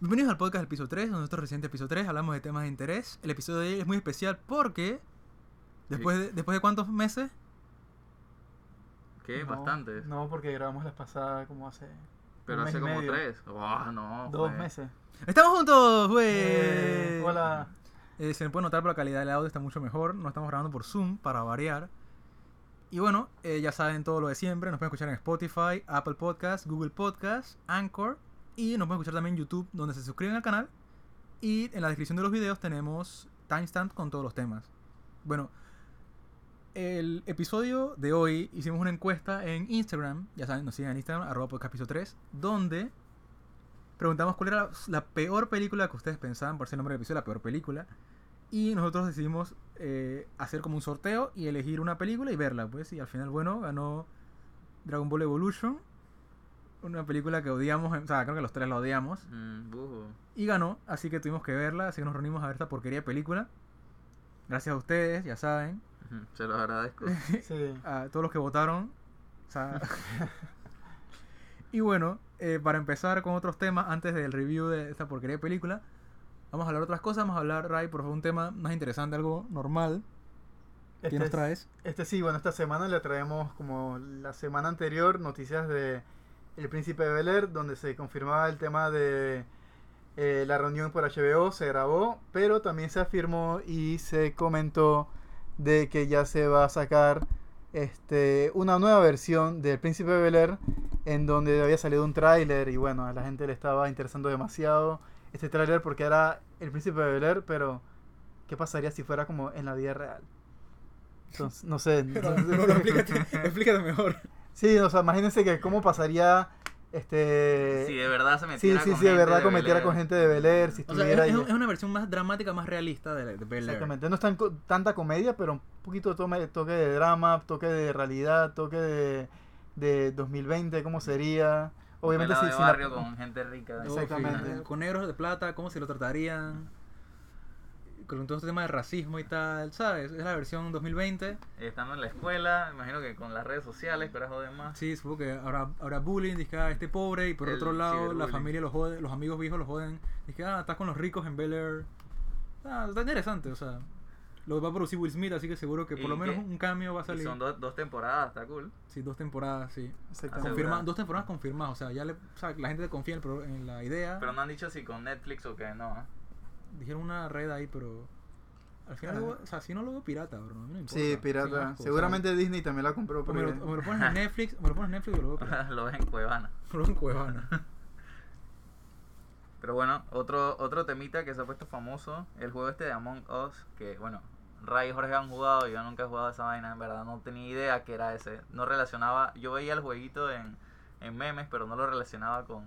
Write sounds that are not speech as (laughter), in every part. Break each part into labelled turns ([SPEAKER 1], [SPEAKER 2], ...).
[SPEAKER 1] Bienvenidos al podcast del piso 3, nuestro reciente piso 3, hablamos de temas de interés. El episodio de hoy es muy especial porque después de, después de cuántos meses,
[SPEAKER 2] ¿Qué?
[SPEAKER 3] No,
[SPEAKER 2] Bastantes.
[SPEAKER 3] No, porque grabamos las pasadas como hace.
[SPEAKER 2] Pero
[SPEAKER 3] un mes
[SPEAKER 2] hace
[SPEAKER 3] y
[SPEAKER 2] como
[SPEAKER 3] medio,
[SPEAKER 2] tres. Ah, no.
[SPEAKER 3] Dos
[SPEAKER 2] pues.
[SPEAKER 3] meses.
[SPEAKER 1] estamos juntos, güey.
[SPEAKER 3] Eh, hola.
[SPEAKER 1] Eh, se puede notar por la calidad del audio, está mucho mejor. No estamos grabando por Zoom para variar. Y bueno, eh, ya saben todo lo de siempre. Nos pueden escuchar en Spotify, Apple Podcast, Google Podcast, Anchor. Y nos pueden escuchar también en YouTube, donde se suscriben al canal. Y en la descripción de los videos tenemos timestamp con todos los temas. Bueno, el episodio de hoy hicimos una encuesta en Instagram. Ya saben, nos siguen en Instagram, arroba podcast piso 3, donde preguntamos cuál era la, la peor película que ustedes pensaban, por ser el nombre del episodio, la peor película. Y nosotros decidimos eh, hacer como un sorteo y elegir una película y verla, pues. Y al final, bueno, ganó Dragon Ball Evolution, una película que odiamos, o sea, creo que los tres la odiamos.
[SPEAKER 2] Mm, bujo.
[SPEAKER 1] Y ganó, así que tuvimos que verla, así que nos reunimos a ver esta porquería de película. Gracias a ustedes, ya saben,
[SPEAKER 2] Ujú, Se los agradezco.
[SPEAKER 3] Sí.
[SPEAKER 1] a todos los que votaron. O sea, (laughs) y bueno, eh, para empezar con otros temas, antes del review de esta porquería de película, vamos a hablar otras cosas, vamos a hablar, Ray, por favor, un tema más interesante, algo normal. ¿Qué
[SPEAKER 3] Este
[SPEAKER 1] nos
[SPEAKER 3] es-
[SPEAKER 1] traes?
[SPEAKER 3] Este sí, bueno, esta semana le traemos como la semana anterior noticias de El Príncipe de Bel Air, donde se confirmaba el tema de eh, la reunión por HBO, se grabó, pero también se afirmó y se comentó de que ya se va a sacar este, una nueva versión del Príncipe de Bel Air, en donde había salido un tráiler y bueno, a la gente le estaba interesando demasiado este tráiler porque era El Príncipe de Bel Air, pero ¿qué pasaría si fuera como en la vida real? Entonces, (laughs) no sé. (laughs)
[SPEAKER 1] explícate, explícate mejor.
[SPEAKER 3] Sí, o sea, imagínense que cómo pasaría este
[SPEAKER 2] (laughs) si de verdad se
[SPEAKER 3] sí,
[SPEAKER 2] metiera
[SPEAKER 3] sí,
[SPEAKER 2] con
[SPEAKER 3] sí, de
[SPEAKER 2] gente
[SPEAKER 3] verdad cometiera
[SPEAKER 2] Belén.
[SPEAKER 3] con gente de Bel Air, si
[SPEAKER 1] O sea,
[SPEAKER 3] estuviera
[SPEAKER 1] es, es-
[SPEAKER 3] ahí.
[SPEAKER 1] es una versión más dramática, más realista de, de Bel Air.
[SPEAKER 3] Exactamente, no es tan co- tanta comedia, pero un poquito de tome- toque de drama, toque de realidad, toque de, de 2020, cómo sería.
[SPEAKER 2] Un
[SPEAKER 3] Obviamente
[SPEAKER 2] pelado
[SPEAKER 3] sí,
[SPEAKER 2] de
[SPEAKER 3] sí.
[SPEAKER 2] barrio con gente rica.
[SPEAKER 1] Todo
[SPEAKER 3] Exactamente.
[SPEAKER 1] fino. Con negros de plata, cómo se lo tratarían. Con todo este tema de racismo y tal, ¿sabes? Es la versión 2020.
[SPEAKER 2] Estando en la escuela, imagino que con las redes sociales, pero joder más.
[SPEAKER 1] Sí, supongo que habrá, habrá bullying, dice que ah, este pobre, y por
[SPEAKER 2] El
[SPEAKER 1] otro lado la
[SPEAKER 2] ciberbullying.
[SPEAKER 1] familia los jode, los amigos viejos los joden. Dice que ah, estás con los ricos en Bel Air. Ah, está interesante, o sea. Lo va a producir Will Smith, así que seguro que por
[SPEAKER 2] ¿Y
[SPEAKER 1] lo menos
[SPEAKER 2] qué?
[SPEAKER 1] un cambio va a
[SPEAKER 2] Y
[SPEAKER 1] salir.
[SPEAKER 2] son dos, dos temporadas, está cool.
[SPEAKER 1] Sí, dos temporadas, sí.
[SPEAKER 3] Exactamente.
[SPEAKER 2] Asegura.
[SPEAKER 1] Confirma, dos temporadas confirmadas, o sea, ya le, o sea, la gente confía en, el pro- en la idea.
[SPEAKER 2] Pero no han dicho si con Netflix o que no. ¿eh?
[SPEAKER 1] Dijeron una red ahí, pero al final,
[SPEAKER 3] Ah.
[SPEAKER 1] lo voy- o sea, si no lo veo pirata, bro, a mí no me importa.
[SPEAKER 3] Sí,
[SPEAKER 1] sin
[SPEAKER 3] pirata.
[SPEAKER 1] asco, o sea,
[SPEAKER 3] Seguramente Disney también la compró.
[SPEAKER 1] o me, lo,
[SPEAKER 3] porque-
[SPEAKER 1] o me lo pones en Netflix, o me lo pones en Netflix o
[SPEAKER 3] (laughs)
[SPEAKER 1] lo veo pirata.
[SPEAKER 2] (laughs) lo ves en Cuevana.
[SPEAKER 1] Lo veo en Cuevana.
[SPEAKER 2] Pero bueno, otro, otro temita que se ha puesto famoso, el juego este de Among Us, que bueno, Ray y Jorge han jugado, yo nunca he jugado esa vaina, en verdad no tenía idea que era ese. No relacionaba, yo veía el jueguito en, en memes, pero no lo relacionaba con,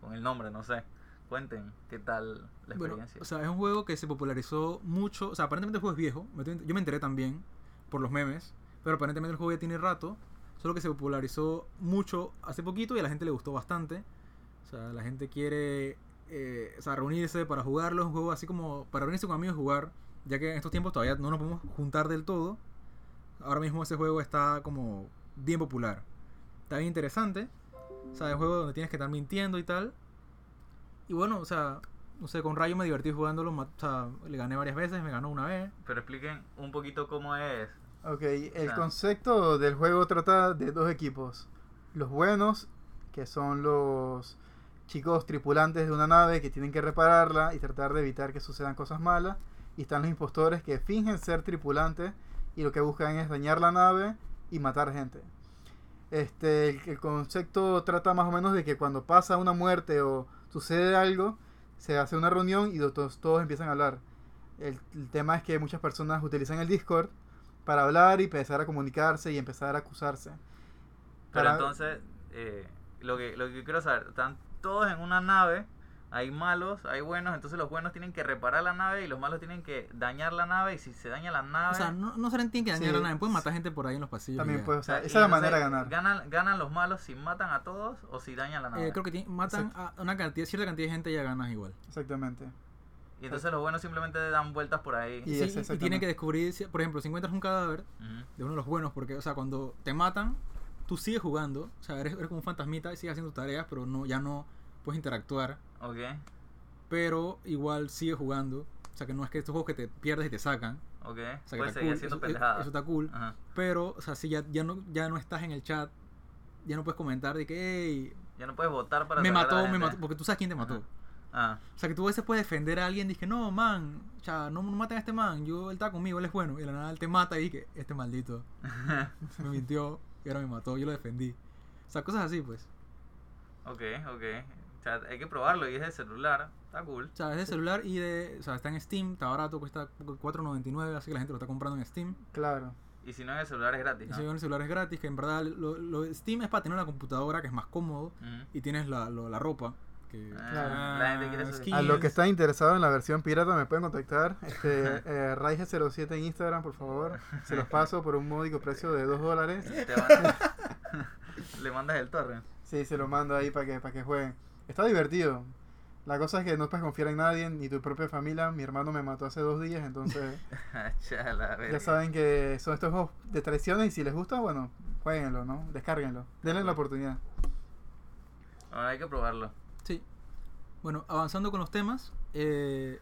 [SPEAKER 2] con el nombre, no sé. Cuenten, ¿qué tal la
[SPEAKER 1] Bueno,
[SPEAKER 2] experiencia?
[SPEAKER 1] o sea, es un juego que se popularizó mucho. O sea, aparentemente el juego es viejo. me estoy- Yo me enteré también por los memes. Pero aparentemente el juego ya tiene rato. Solo que se popularizó mucho hace poquito y a la gente le gustó bastante. O sea, la gente quiere eh, o sea, reunirse para jugarlo. Es un juego así como para reunirse con amigos y jugar. Ya que en estos tiempos todavía no nos podemos juntar del todo. Ahora mismo ese juego está como bien popular. Está bien interesante. O sea, es un juego donde tienes que estar mintiendo y tal. Y bueno, o sea, no sé, con Rayo me divertí jugándolo. ma- O sea, le gané varias veces, me ganó una vez.
[SPEAKER 2] pero expliquen un poquito cómo es.
[SPEAKER 3] Ok, el
[SPEAKER 2] sea-
[SPEAKER 3] concepto del juego trata de dos equipos. Los buenos, que son los chicos tripulantes de una nave que tienen que repararla y tratar de evitar que sucedan cosas malas. Y están los impostores que fingen ser tripulantes y lo que buscan es dañar la nave y matar gente. Este, el, el concepto trata más o menos de que cuando pasa una muerte o sucede algo, se hace una reunión y todos, todos empiezan a hablar. El- el tema es que muchas personas utilizan el Discord para hablar y empezar a comunicarse y empezar a acusarse.
[SPEAKER 2] Pero
[SPEAKER 3] Para-
[SPEAKER 2] entonces, eh, lo, que, lo que quiero saber, están todos en una nave, hay malos, hay buenos, entonces los buenos tienen que reparar la nave y los malos tienen que dañar la nave y si se daña la nave...
[SPEAKER 1] O sea, no, no se le tienen que dañar
[SPEAKER 3] Ah, Sí.
[SPEAKER 1] a nadie. Pueden matar gente por ahí en los pasillos. y
[SPEAKER 3] También
[SPEAKER 1] ya.
[SPEAKER 3] pues, o sea,
[SPEAKER 2] y
[SPEAKER 3] esa es la
[SPEAKER 2] entonces,
[SPEAKER 3] manera de ganar.
[SPEAKER 2] Ganan, ganan los malos si matan a todos o si dañan la nave.
[SPEAKER 1] Eh, creo que ti- matan a una cantidad, cierta cantidad de gente y ya ganas igual.
[SPEAKER 3] Exactamente.
[SPEAKER 2] Y entonces los buenos simplemente dan vueltas por ahí.
[SPEAKER 3] Y
[SPEAKER 1] Sí,
[SPEAKER 3] ese
[SPEAKER 1] y- y, tienen
[SPEAKER 3] exactamente.
[SPEAKER 1] que descubrir, si- por ejemplo, si encuentras un cadáver
[SPEAKER 2] Ujú.
[SPEAKER 1] de uno de los buenos, porque, o sea, cuando te matan, tú sigues jugando. O sea, eres, eres como un fantasmita y sigues haciendo tus tareas, pero no, ya no puedes interactuar.
[SPEAKER 2] Ok.
[SPEAKER 1] pero igual sigues jugando. O sea, que no es que estos juegos que te pierdes y te sacan.
[SPEAKER 2] Ok.
[SPEAKER 1] O sea, que
[SPEAKER 2] Puedes
[SPEAKER 1] está
[SPEAKER 2] seguir
[SPEAKER 1] cool.
[SPEAKER 2] haciendo
[SPEAKER 1] eso,
[SPEAKER 2] pendejadas.
[SPEAKER 1] eso está cool.
[SPEAKER 2] Ajá.
[SPEAKER 1] Pero, o sea, si ya, ya, no, ya no estás en el chat, ya no puedes comentar de que, "Ey,
[SPEAKER 2] Ya no puedes votar para
[SPEAKER 1] me
[SPEAKER 2] sacar a la
[SPEAKER 1] mató, me
[SPEAKER 2] gente.
[SPEAKER 1] mató. Porque tú sabes quién te mató.
[SPEAKER 2] Ajá. Ah,
[SPEAKER 1] O sea, que tú a veces puedes defender a alguien y dices, no, man, o sea, no, no maten a este man, yo, él estaba conmigo, él es bueno. Y de la nada él te mata y dije, este
[SPEAKER 2] (laughs)
[SPEAKER 1] maldito me mintió y ahora me mató, yo lo defendí. O sea, cosas así, pues.
[SPEAKER 2] ok, ok. O sea, hay que probarlo y es de celular. Está cool.
[SPEAKER 1] O sea, es de celular y de. O sea, está en Steam, está barato, cuesta 4.99, así que la gente lo está comprando en Steam.
[SPEAKER 3] Claro.
[SPEAKER 2] Y si no en el celular es gratis.
[SPEAKER 1] Y
[SPEAKER 2] ¿no?
[SPEAKER 1] se ve en celulares gratis, que en verdad lo, lo de Steam es para tener una computadora que es más cómodo
[SPEAKER 2] Ujú.
[SPEAKER 1] y tienes la, lo- la ropa. Que,
[SPEAKER 2] Ah, la gente quiere sus
[SPEAKER 1] skins.
[SPEAKER 3] A lo que está interesado en la versión pirata me pueden contactar. Este, eh, Raige07 en Instagram, por favor. Se los paso por un módico precio de 2 dólares.
[SPEAKER 2] Te mandas- (laughs) Le mandas el (laughs) torrent.
[SPEAKER 3] Sí, se los mando ahí para que, para que jueguen. Está divertido. La cosa es que no puedes confiar en nadie, ni tu propia familia. Mi hermano me mató hace dos días, (laughs) entonces
[SPEAKER 2] Ah, Chala,
[SPEAKER 3] ya saben que son estos juegos de traiciones y si les gusta, bueno, jueguenlo, ¿no? Descárguenlo. Denle la oportunidad.
[SPEAKER 2] Ahora hay que probarlo.
[SPEAKER 1] Sí. Bueno, avanzando con los temas. eh,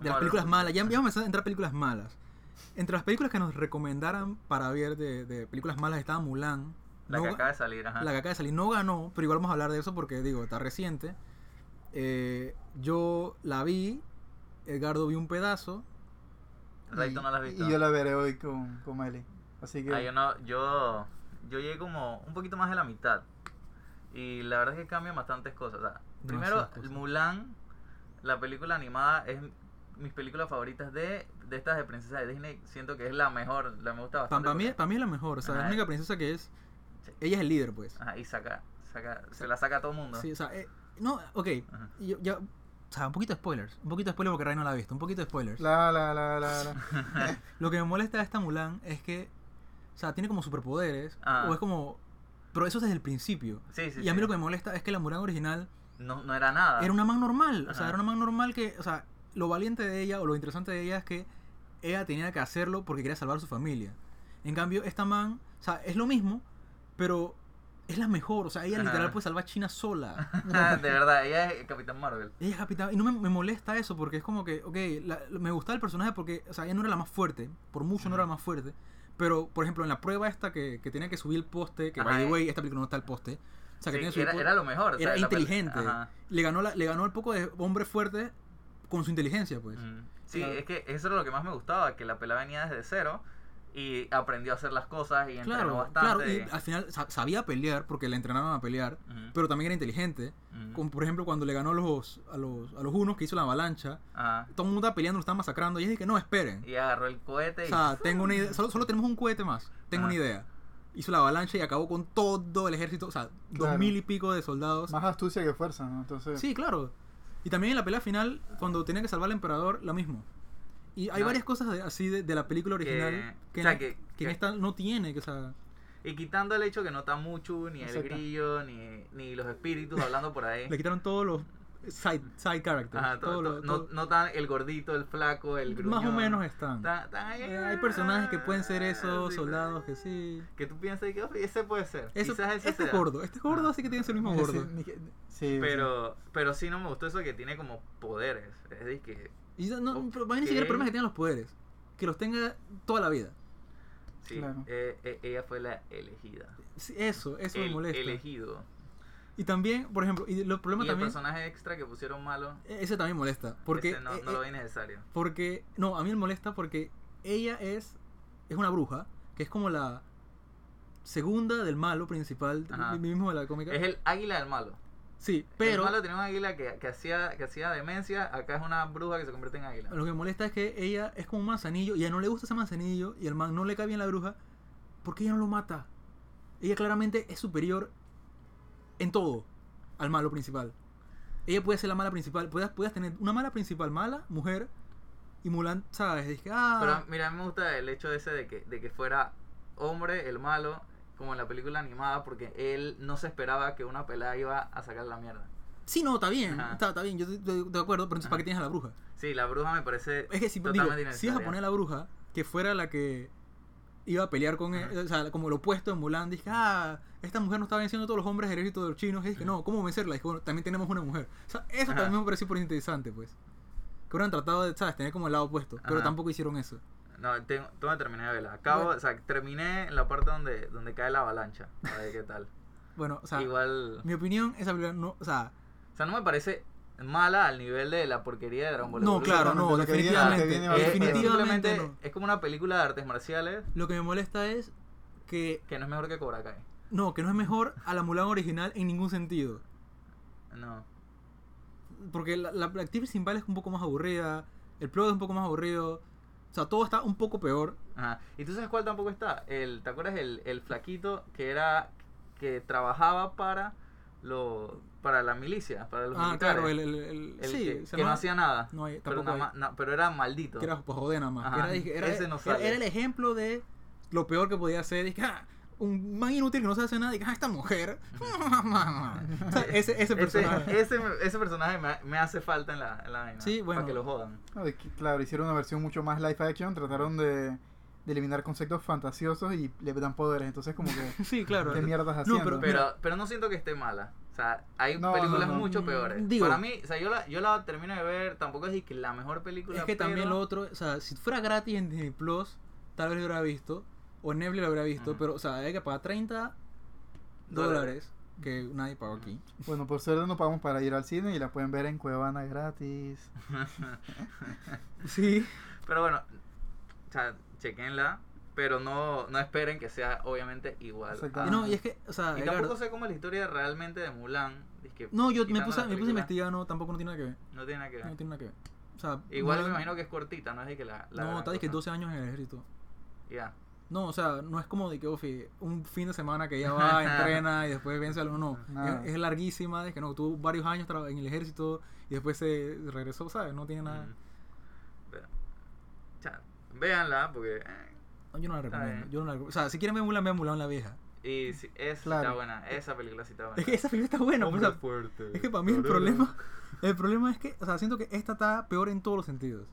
[SPEAKER 1] de
[SPEAKER 2] Vamos a
[SPEAKER 1] las películas
[SPEAKER 2] ver.
[SPEAKER 1] malas. Ya, ya vamos a empezar a entrar películas malas. Entre las películas que nos recomendaran para ver de, de películas malas estaba Mulan.
[SPEAKER 2] La
[SPEAKER 1] No
[SPEAKER 2] que
[SPEAKER 1] ga-
[SPEAKER 2] acaba de salir, ajá.
[SPEAKER 1] la que acaba de salir. No ganó, pero igual vamos a hablar de eso porque, digo, está reciente. Eh, yo la vi. Edgardo vio un pedazo.
[SPEAKER 2] Ray, tú
[SPEAKER 3] Y-
[SPEAKER 2] no la has visto.
[SPEAKER 3] Y yo la veré hoy con, con Meli. Así que.
[SPEAKER 2] Ah, yo no, yo, yo llegué como un poquito más de la mitad. Y la verdad es que cambian bastantes cosas. o sea, primero,
[SPEAKER 1] Demasiadas cosas.
[SPEAKER 2] Mulan, la película animada, es mis películas favoritas de, de estas de princesa de Disney. Siento que es la mejor, la me gusta
[SPEAKER 1] Para
[SPEAKER 2] bastante.
[SPEAKER 1] mí,
[SPEAKER 2] porque-
[SPEAKER 1] pa' mí es la mejor. O sea, la
[SPEAKER 2] Ajá.
[SPEAKER 1] única princesa que es.
[SPEAKER 2] Sí. Ah,
[SPEAKER 1] Ella es el líder, pues.
[SPEAKER 2] Ajá, y saca, saca, se la saca a todo el mundo.
[SPEAKER 1] Sí, o sea, eh, no, ok.
[SPEAKER 2] Ajá.
[SPEAKER 1] y yo- ya- o sea, un poquito de spoilers. Un poquito de spoilers porque Ray no la ha visto. Un poquito de spoilers.
[SPEAKER 3] La, la, la, la, la.
[SPEAKER 1] Lo que me molesta de esta Mulan es que, o sea, tiene como superpoderes,
[SPEAKER 2] Ah.
[SPEAKER 1] o es como... Pero eso es desde el principio.
[SPEAKER 2] Sí, sí,
[SPEAKER 1] y a mí
[SPEAKER 2] sí.
[SPEAKER 1] lo que me molesta es que la Mulan original
[SPEAKER 2] No, no era nada.
[SPEAKER 1] era una man normal. O sea,
[SPEAKER 2] Ajá.
[SPEAKER 1] era una man normal que, o sea, lo valiente de ella o lo interesante de ella es que ella tenía que hacerlo porque quería salvar a su familia. En cambio, esta man, o sea, es lo mismo, pero es la mejor. O sea, ella literal
[SPEAKER 2] Ajá.
[SPEAKER 1] puede salvar a China
[SPEAKER 2] (laughs)
[SPEAKER 1] sola.
[SPEAKER 2] (laughs) de verdad, ella es el Capitán Marvel.
[SPEAKER 1] Ella es capitán. Y no me, me molesta eso porque es como que, ok, la- me gustaba el personaje porque, o sea, ella no era la más fuerte. Por mucho no era la más fuerte. Pero, por ejemplo, en la prueba esta que, que tenía que subir el poste, que
[SPEAKER 2] Ajá,
[SPEAKER 1] by the
[SPEAKER 2] eh.
[SPEAKER 1] way, esta película no está el poste. O sea, que
[SPEAKER 2] Sí,
[SPEAKER 1] tenía que subir
[SPEAKER 2] era,
[SPEAKER 1] el
[SPEAKER 2] era lo mejor. o sea,
[SPEAKER 1] era
[SPEAKER 2] la pel-
[SPEAKER 1] inteligente.
[SPEAKER 2] Ajá.
[SPEAKER 1] Le ganó, la, le ganó el poco de hombre fuerte con su inteligencia, pues.
[SPEAKER 2] Mm. Sí,
[SPEAKER 3] Claro.
[SPEAKER 2] es que eso era lo que más me gustaba, que la pela venía desde cero y aprendió a hacer las cosas y entrenó
[SPEAKER 1] Claro, claro.
[SPEAKER 2] bastante.
[SPEAKER 1] Y al final sa- sabía pelear porque la entrenaron a pelear,
[SPEAKER 2] Ujú,
[SPEAKER 1] pero también era inteligente.
[SPEAKER 2] ujú.
[SPEAKER 1] Como por ejemplo cuando le ganó a los, a los, a los unos que hizo la avalancha,
[SPEAKER 2] Ajá.
[SPEAKER 1] todo el mundo estaba peleando, lo estaban masacrando y ella dije, no, esperen.
[SPEAKER 2] Y agarró el cohete
[SPEAKER 1] O
[SPEAKER 2] y...
[SPEAKER 1] sea, tengo una idea. Solo, solo tenemos un cohete más. Tengo una
[SPEAKER 2] Ajá.
[SPEAKER 1] idea. Hizo la avalancha y acabó con todo el ejército. O sea,
[SPEAKER 3] Claro.
[SPEAKER 1] dos mil y pico de soldados.
[SPEAKER 3] Más astucia que fuerza, ¿no? Entonces.
[SPEAKER 1] Sí, claro. Y también en la pelea final, cuando tenía que salvar al emperador, lo mismo. Y hay
[SPEAKER 2] No.
[SPEAKER 1] varias cosas de- así de, de la película original
[SPEAKER 2] Que-
[SPEAKER 1] que,
[SPEAKER 2] o sea,
[SPEAKER 1] en-
[SPEAKER 2] que-
[SPEAKER 1] que
[SPEAKER 2] que-
[SPEAKER 1] en esta no tiene. Que, o sea,
[SPEAKER 2] Y quitando el hecho que no está mucho, ni el
[SPEAKER 3] Exacto.
[SPEAKER 2] grillo, ni, ni los espíritus hablando por
[SPEAKER 1] (laughs)
[SPEAKER 2] ahí.
[SPEAKER 1] le quitaron todos los side, side characters.
[SPEAKER 2] ¿Eh? Ajá, todo-
[SPEAKER 1] todos
[SPEAKER 2] todo-
[SPEAKER 1] los-
[SPEAKER 2] no,
[SPEAKER 1] todos-
[SPEAKER 2] no tan el gordito, el flaco, el gruñón.
[SPEAKER 1] más o menos están.
[SPEAKER 2] Tan- tan ahí. Ah,
[SPEAKER 1] Eh, hay personajes que pueden ser esos,
[SPEAKER 2] Sí,
[SPEAKER 1] soldados que sí.
[SPEAKER 2] Que tú piensas que "Oh, ese puede ser.
[SPEAKER 1] Eso,
[SPEAKER 2] Quizás ese
[SPEAKER 1] este es
[SPEAKER 2] sea".
[SPEAKER 1] gordo, este es gordo, así que tiene que ser el mismo
[SPEAKER 3] Sí,
[SPEAKER 1] gordo.
[SPEAKER 3] ni que- sí, sí.
[SPEAKER 2] Pero, pero sí no me gustó eso que tiene como poderes. Es decir, que
[SPEAKER 1] Y no, no, pero para mí ni siquiera el
[SPEAKER 2] Ok.
[SPEAKER 1] problema es que tengan los poderes. Que los tenga toda la vida.
[SPEAKER 2] sí,
[SPEAKER 3] Claro.
[SPEAKER 2] eh, eh, ella fue la elegida.
[SPEAKER 1] Sí, Eso, eso me
[SPEAKER 2] El
[SPEAKER 1] molesta.
[SPEAKER 2] elegido.
[SPEAKER 1] Y también, por ejemplo, y los problemas
[SPEAKER 2] Y el
[SPEAKER 1] también.
[SPEAKER 2] personaje extra que pusieron malo,
[SPEAKER 1] Ese también molesta. Porque,
[SPEAKER 2] ese no,
[SPEAKER 1] eh,
[SPEAKER 2] no lo
[SPEAKER 1] eh,
[SPEAKER 2] vi necesario.
[SPEAKER 1] porque. No, a mí me molesta porque ella es. Es una bruja. Que es como la segunda del malo principal.
[SPEAKER 2] Ajá.
[SPEAKER 1] mi- Mismo de la cómica.
[SPEAKER 2] Es el águila del malo.
[SPEAKER 1] Sí,
[SPEAKER 2] Pero,
[SPEAKER 1] pero.
[SPEAKER 2] el malo tenía un águila que, que hacía, que hacía demencia, acá es una bruja que se convierte en águila.
[SPEAKER 1] Lo que me molesta es que ella es como un manzanillo. Y a ella no le gusta ese manzanillo. Y el man no le cae bien la bruja. Porque ella no lo mata. Ella claramente es superior en todo al malo principal. Ella puede ser la mala principal. Puedes, puedes tener una mala principal, mala, mujer. Y Mulan, ¿sabes? Dije, ah.
[SPEAKER 2] Pero mira, a mí me gusta el hecho ese de que, de que fuera hombre el malo, como en la película animada, porque él no se esperaba que una pelada iba a sacar la mierda.
[SPEAKER 1] Sí, no, está bien,
[SPEAKER 2] Ajá.
[SPEAKER 1] está, está bien, yo estoy de, de acuerdo, pero entonces ¿para
[SPEAKER 2] Ajá.
[SPEAKER 1] qué tienes a la bruja?
[SPEAKER 2] Sí, la bruja me parece
[SPEAKER 1] Es que si, digo,
[SPEAKER 2] totalmente
[SPEAKER 1] si vas a
[SPEAKER 2] innecesaria.
[SPEAKER 1] poner a la bruja, que fuera la que iba a pelear con él, o sea, como lo opuesto en Mulan, dije, ah, esta mujer no está venciendo a todos los hombres ejércitos de los chinos, y dije, no, ¿cómo vencerla? Dije, bueno, también tenemos una mujer. O sea, eso
[SPEAKER 2] Ajá.
[SPEAKER 1] también me pareció súper interesante, pues. Que hubieran tratado de, ¿sabes? Tener como el lado opuesto, pero
[SPEAKER 2] Ajá.
[SPEAKER 1] tampoco hicieron eso.
[SPEAKER 2] No, tengo, tú me terminé de verla. Acabo,
[SPEAKER 1] Bueno.
[SPEAKER 2] o sea, terminé en la parte donde, donde cae la avalancha. A ver qué tal.
[SPEAKER 1] Bueno, (laughs) o sea,
[SPEAKER 2] Igual.
[SPEAKER 1] mi opinión, esa película no, o sea,
[SPEAKER 2] O sea, no me parece mala al nivel de la porquería de Dragon Ball
[SPEAKER 1] no,
[SPEAKER 2] Evolution.
[SPEAKER 1] claro, no,
[SPEAKER 3] lo que viene- lo que
[SPEAKER 1] definitivamente.
[SPEAKER 3] viene va a
[SPEAKER 2] Es,
[SPEAKER 3] ser-
[SPEAKER 1] definitivamente
[SPEAKER 2] simplemente
[SPEAKER 1] no.
[SPEAKER 2] es como una película de artes marciales
[SPEAKER 1] Lo que me molesta es que,
[SPEAKER 2] que no es mejor que Cobra Kai.
[SPEAKER 1] no, que no es mejor a la Mulan original en ningún sentido.
[SPEAKER 2] No.
[SPEAKER 1] Porque la, la, la actriz principal es un poco más aburrida, el plot es un poco más aburrido, o sea, todo está un poco peor.
[SPEAKER 2] Ajá. ¿Y tú sabes cuál tampoco está? El, ¿Te acuerdas el, el flaquito que era que trabajaba para lo para la milicia, para los
[SPEAKER 1] ah,
[SPEAKER 2] militares?
[SPEAKER 1] claro, el, el, el-
[SPEAKER 2] El
[SPEAKER 1] sí,
[SPEAKER 2] que,
[SPEAKER 1] se
[SPEAKER 2] que no
[SPEAKER 1] llama-
[SPEAKER 2] hacía nada.
[SPEAKER 1] no hay-
[SPEAKER 2] pero,
[SPEAKER 1] tampoco
[SPEAKER 2] nada
[SPEAKER 1] hay.
[SPEAKER 2] más- na- pero era maldito.
[SPEAKER 1] que era para joder nada más. que
[SPEAKER 2] Ajá,
[SPEAKER 1] era- dije, era,
[SPEAKER 2] ese no
[SPEAKER 1] era-
[SPEAKER 2] sale.
[SPEAKER 1] era el ejemplo de lo peor que podía ser. Dije, ah, un man inútil que no se hace nada. Dije, ah, esta
[SPEAKER 2] (laughs)
[SPEAKER 1] mujer. (laughs) O sea, ese, ese personaje.
[SPEAKER 2] Ese, ese, ese personaje me, me hace falta en la, en la vaina,
[SPEAKER 1] Sí, bueno.
[SPEAKER 2] Para que lo jodan.
[SPEAKER 3] No, de que, claro, hicieron una versión mucho más live action, trataron de, de eliminar conceptos fantasiosos y le dan poderes, entonces como
[SPEAKER 1] (laughs)
[SPEAKER 3] que
[SPEAKER 1] sí, claro.
[SPEAKER 2] (laughs)
[SPEAKER 3] ¿qué mierdas
[SPEAKER 1] No,
[SPEAKER 3] haciendo?
[SPEAKER 1] pero-
[SPEAKER 2] Pero, pero no siento que esté mala. O sea, hay
[SPEAKER 3] No,
[SPEAKER 2] películas
[SPEAKER 3] no, no.
[SPEAKER 2] mucho peores.
[SPEAKER 1] Digo-
[SPEAKER 2] Para mí, o sea, yo la, yo la termino de ver. Tampoco es que la mejor película.
[SPEAKER 1] Es que también
[SPEAKER 2] pero-
[SPEAKER 1] lo otro, o sea, si fuera gratis en Disney Plus, tal vez lo hubiera visto. O en Netflix lo hubiera visto,
[SPEAKER 2] Ujú.
[SPEAKER 1] pero, o sea, hay que pagar 30 dólares
[SPEAKER 2] Dólares.
[SPEAKER 1] que nadie pagó aquí.
[SPEAKER 3] Bueno, por suerte no pagamos para ir al cine y la pueden ver en Cuevana gratis.
[SPEAKER 1] Sí.
[SPEAKER 2] Pero bueno, o sea, chequenla. Pero no, no esperen que sea obviamente igual. a-
[SPEAKER 1] Y no, y es que, o sea,
[SPEAKER 2] Ah. Y
[SPEAKER 1] Edgardo-
[SPEAKER 2] tampoco sé cómo es la historia realmente de Mulan. Es que
[SPEAKER 1] No, yo me
[SPEAKER 2] quitando
[SPEAKER 1] puse, me puse
[SPEAKER 2] la
[SPEAKER 1] a
[SPEAKER 2] película,
[SPEAKER 1] investigar, no, tampoco no tiene nada que ver.
[SPEAKER 2] No tiene nada que ver.
[SPEAKER 1] No tiene nada que ver. O sea,
[SPEAKER 2] Igual
[SPEAKER 1] Mulan-
[SPEAKER 2] me imagino que es cortita, no es de que la. la
[SPEAKER 1] No,
[SPEAKER 2] gran
[SPEAKER 1] está de que
[SPEAKER 2] cosa.
[SPEAKER 1] 12 años en el ejército.
[SPEAKER 2] Ya.
[SPEAKER 1] No, o sea, no es como de que ofi, un fin de semana que ella
[SPEAKER 2] (laughs)
[SPEAKER 1] va, entrena y después vence al uno. No,
[SPEAKER 3] Nada.
[SPEAKER 1] es, es larguísima, es que no, tuvo varios años traba- en el ejército y después se regresó, ¿sabes? No tiene nada.
[SPEAKER 2] Mm. Pero, o sea, véanla, porque. eh,
[SPEAKER 1] No, yo no la
[SPEAKER 2] Está
[SPEAKER 1] recomiendo.
[SPEAKER 2] bien.
[SPEAKER 1] Yo no la recom- o sea, si quieren ver Mulan, vean Mulan la vieja.
[SPEAKER 2] Y sí, esa está
[SPEAKER 3] Claro.
[SPEAKER 2] buena, esa película sí está buena.
[SPEAKER 1] Es que esa película está buena, pero, o sea,
[SPEAKER 2] fuerte.
[SPEAKER 1] es que para mí el problema, el problema es que, o sea, siento que esta está peor en todos los sentidos.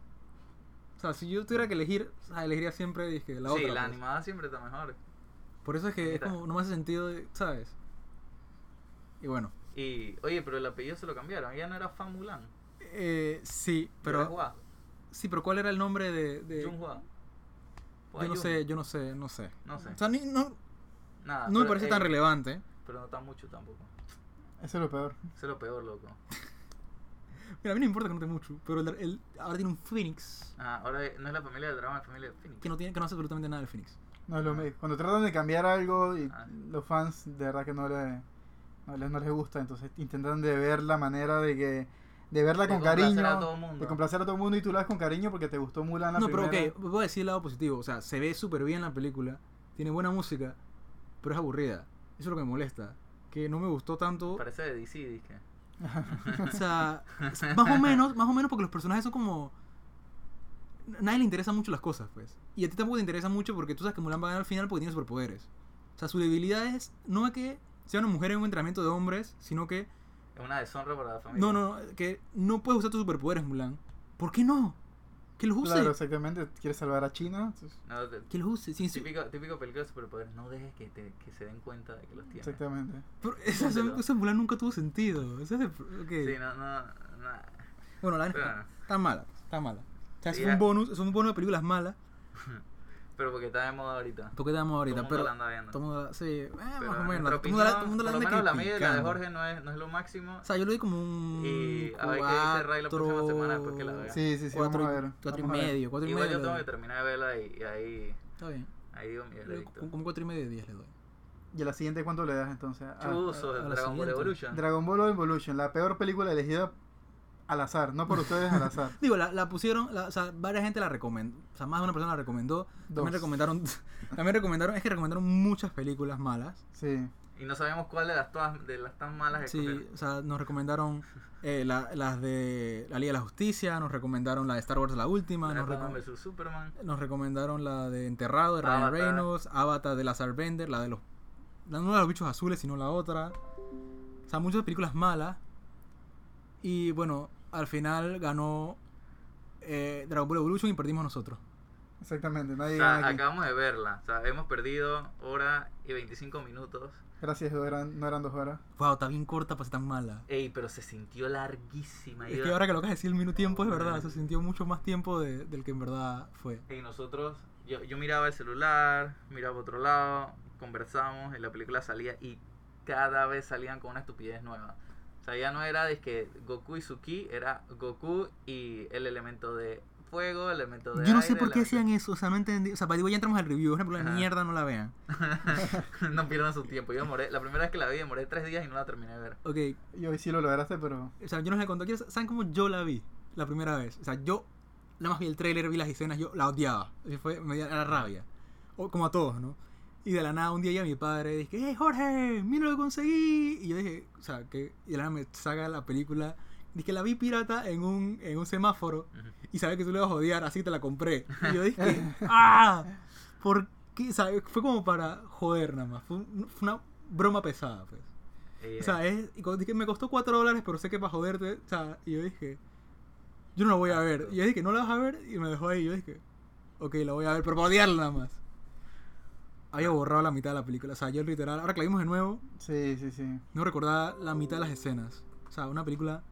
[SPEAKER 1] O sea, si yo tuviera que elegir, o sea, elegiría siempre dizque, la
[SPEAKER 2] sí,
[SPEAKER 1] otra.
[SPEAKER 2] la
[SPEAKER 1] pues.
[SPEAKER 2] animada siempre está mejor.
[SPEAKER 1] Por eso es que es
[SPEAKER 2] Mira.
[SPEAKER 1] como, no me hace sentido, de- ¿sabes? Y bueno,
[SPEAKER 2] Y, oye, pero el apellido se lo cambiaron. Ella no era Fan Mulan.
[SPEAKER 1] eh, sí,
[SPEAKER 2] Era
[SPEAKER 1] pero...
[SPEAKER 2] Hua.
[SPEAKER 1] Sí, pero ¿cuál era el nombre de...? de-
[SPEAKER 2] Jung Hua. Hua
[SPEAKER 1] yo no
[SPEAKER 2] Jung.
[SPEAKER 1] sé, yo no sé, no sé.
[SPEAKER 2] No sé.
[SPEAKER 1] O sea, ni- no,
[SPEAKER 2] Nada.
[SPEAKER 1] no me
[SPEAKER 2] pero,
[SPEAKER 1] parece
[SPEAKER 2] eh,
[SPEAKER 1] tan relevante.
[SPEAKER 2] Pero no tan mucho tampoco.
[SPEAKER 3] Eso es lo peor.
[SPEAKER 2] Eso es lo peor, loco.
[SPEAKER 1] Mira, a mí no me importa que no te mucho, pero el, el- ahora tiene un Phoenix
[SPEAKER 2] Ah, ahora eh, no es la familia del drama, es la familia de Phoenix.
[SPEAKER 1] que no, tiene, que no hace absolutamente nada del Phoenix.
[SPEAKER 3] No es lo me- Cuando tratan de cambiar algo y
[SPEAKER 2] Ah.
[SPEAKER 3] los fans de verdad que no, le, no, les, no les gusta, entonces intentan de ver la manera de que de verla
[SPEAKER 2] De
[SPEAKER 3] con
[SPEAKER 2] complacer
[SPEAKER 3] cariño,
[SPEAKER 2] a todo el mundo.
[SPEAKER 3] de complacer a todo el mundo y tú la ves con cariño porque te gustó Mulan la
[SPEAKER 1] No,
[SPEAKER 3] primera.
[SPEAKER 1] pero ok, voy a decir el lado positivo. O sea, se ve súper bien la película, tiene buena música, pero es aburrida. Eso es lo que me molesta. Que no me gustó tanto.
[SPEAKER 2] Parece de DC, dije.
[SPEAKER 1] O sea, más o menos, más o menos porque los personajes son como... a Nadie le interesan mucho las cosas, pues. Y a ti tampoco te interesa mucho porque tú sabes que Mulan va a ganar al final porque tiene superpoderes. O sea, su debilidad es no es que sea una mujer en un entrenamiento de hombres, sino que...
[SPEAKER 2] Es una deshonra para la familia.
[SPEAKER 1] No, no, no, que no puedes usar tus superpoderes, Mulan. ¿Por qué no? Que los use.
[SPEAKER 3] Claro, exactamente. ¿Quieres salvar a China? Entonces,
[SPEAKER 2] No, te-
[SPEAKER 1] Que los use. sin su-
[SPEAKER 2] típico, típico película de superpoderes. No dejes que, te, que se den cuenta de que los tienes.
[SPEAKER 3] Exactamente.
[SPEAKER 1] Pero esa, esa-
[SPEAKER 2] Póntelo.
[SPEAKER 1] esa Mulan nunca tuvo sentido. Ese es el pro- ok.
[SPEAKER 2] Sí, no, no, no.
[SPEAKER 1] Bueno, la
[SPEAKER 2] Pero,
[SPEAKER 1] neta
[SPEAKER 2] no.
[SPEAKER 1] está mala, está mala. O sea, es
[SPEAKER 2] Ya.
[SPEAKER 1] un bonus, es un bonus de películas malas.
[SPEAKER 2] Pero porque está de moda ahorita.
[SPEAKER 1] Porque te damos
[SPEAKER 2] Todo
[SPEAKER 1] ahorita,
[SPEAKER 2] el
[SPEAKER 1] pero...
[SPEAKER 2] mundo la anda viendo.
[SPEAKER 1] Todo el mundo la- sí, eh, más
[SPEAKER 2] Pero
[SPEAKER 1] o
[SPEAKER 2] en
[SPEAKER 1] menos.
[SPEAKER 2] nuestra
[SPEAKER 1] Todo el mundo la-
[SPEAKER 2] opinión,
[SPEAKER 1] todo el mundo la
[SPEAKER 2] por
[SPEAKER 1] anda
[SPEAKER 2] lo menos la mía y la de
[SPEAKER 1] criticando.
[SPEAKER 2] Jorge no es, no es lo máximo.
[SPEAKER 1] O sea, yo lo doy como un.
[SPEAKER 2] Y a ver qué dice Ray la próxima
[SPEAKER 1] cuatro-
[SPEAKER 2] semana después que la vea.
[SPEAKER 3] Sí, sí, sí,
[SPEAKER 1] cuatro,
[SPEAKER 3] vamos a ver.
[SPEAKER 1] Cuatro y
[SPEAKER 3] vamos a ver.
[SPEAKER 1] medio, cuatro y
[SPEAKER 2] Igual
[SPEAKER 1] medio. le
[SPEAKER 2] yo tengo que
[SPEAKER 1] doy.
[SPEAKER 2] terminar de verla y, y ahí,
[SPEAKER 1] Está bien.
[SPEAKER 2] ahí digo mi
[SPEAKER 1] Yo
[SPEAKER 2] veredicto.
[SPEAKER 1] Con, con cuatro y medio de diez le doy.
[SPEAKER 3] ¿Y a la siguiente cuánto le das entonces? A-
[SPEAKER 2] Chuzo,
[SPEAKER 1] a- a la
[SPEAKER 2] Dragon Ball
[SPEAKER 1] siguiente.
[SPEAKER 2] Evolution.
[SPEAKER 3] Dragon Ball Evolution, la peor película elegida al azar, no por ustedes al azar.
[SPEAKER 1] Digo, la, la pusieron, la- o sea, varias gente la recomendó. O sea, más de una persona la recomendó. (laughs)
[SPEAKER 3] Dos.
[SPEAKER 1] También recomendaron. (laughs) también recomendaron, es que recomendaron muchas películas malas.
[SPEAKER 3] Sí.
[SPEAKER 2] y no sabemos cuál de las, todas, de las tan malas
[SPEAKER 1] Sí,
[SPEAKER 2] escoger.
[SPEAKER 1] o sea, nos recomendaron eh, la- las de la Liga de la Justicia, nos recomendaron la de Star Wars, la última,
[SPEAKER 2] La de
[SPEAKER 1] nos,
[SPEAKER 2] Batman
[SPEAKER 1] recom-
[SPEAKER 2] vs Superman.
[SPEAKER 1] nos recomendaron la de Enterrado de Ryan
[SPEAKER 2] Avatar.
[SPEAKER 1] Reynolds, Avatar de Lazar Bender, la de los. la- no la de los bichos azules, sino la otra. O sea, muchas películas malas. Y bueno, al final ganó eh, Dragon Ball Evolution y perdimos nosotros.
[SPEAKER 3] Exactamente,
[SPEAKER 2] O
[SPEAKER 3] nadie
[SPEAKER 2] sea,
[SPEAKER 3] gana aquí.
[SPEAKER 2] acabamos de verla. O sea, hemos perdido hora y 25 minutos.
[SPEAKER 3] Gracias, no eran, no eran dos horas.
[SPEAKER 1] Wow, está bien corta para ser tan mala.
[SPEAKER 2] Ey, pero se sintió larguísima.
[SPEAKER 1] Es
[SPEAKER 2] yo-
[SPEAKER 1] que ahora que lo acabas de decir, el minuto tiempo es verdad.
[SPEAKER 2] Man.
[SPEAKER 1] Se sintió mucho más tiempo de- del que en verdad fue.
[SPEAKER 2] Y nosotros, yo, yo miraba el celular, miraba otro lado, conversamos, y la película salía y cada vez salían con una estupidez nueva. O sea, ya no era de que Goku y Suki, era Goku y el elemento de fuego, el elemento de
[SPEAKER 1] Yo no sé
[SPEAKER 2] aire,
[SPEAKER 1] por qué
[SPEAKER 2] elemento-
[SPEAKER 1] hacían eso, o sea, no entendí. O sea, para digo, ya entramos al review, es una película de
[SPEAKER 2] Ajá.
[SPEAKER 1] mierda, no la vean.
[SPEAKER 2] (laughs) no pierdan su tiempo. Yo demoré, la primera vez que la vi demoré tres días y no la terminé de ver.
[SPEAKER 1] Ok,
[SPEAKER 3] Y hoy sí lo lograste, pero
[SPEAKER 1] o sea, yo no les conté. ¿quieren- ¿Saben cómo yo la vi la primera vez? O sea, yo nada más vi el tráiler, vi las escenas, yo la odiaba. Así fue, me dio la rabia. O, como a todos, ¿no? Y de la nada, un día ya mi padre dije, ¡Hey, Jorge! ¡Mira lo que conseguí! Y yo dije, o sea, que. Y de la nada me saca la película. Dije, la vi pirata en un, en un semáforo.
[SPEAKER 2] Ujú.
[SPEAKER 1] y sabes que tú le vas a odiar, así te la compré. Y yo dije, ¡ah! ¿Por qué? O sea, Fue como para joder nada más. Fue, un- fue una broma pesada, pues.
[SPEAKER 2] Y, eh,
[SPEAKER 1] O sea, es, y cuando dije, me costó 4 dólares, pero sé que para joderte. O sea, y yo dije, yo no la voy a ver. Y yo dije, ¿no la vas a ver? Y me dejó ahí. Y yo dije, ok, la voy a ver, pero para odiarla nada más. Había borrado la mitad de la película. O sea, yo literal, ahora que la vimos de nuevo,
[SPEAKER 3] sí, sí, sí.
[SPEAKER 1] no recordaba la mitad de las escenas. O sea, una película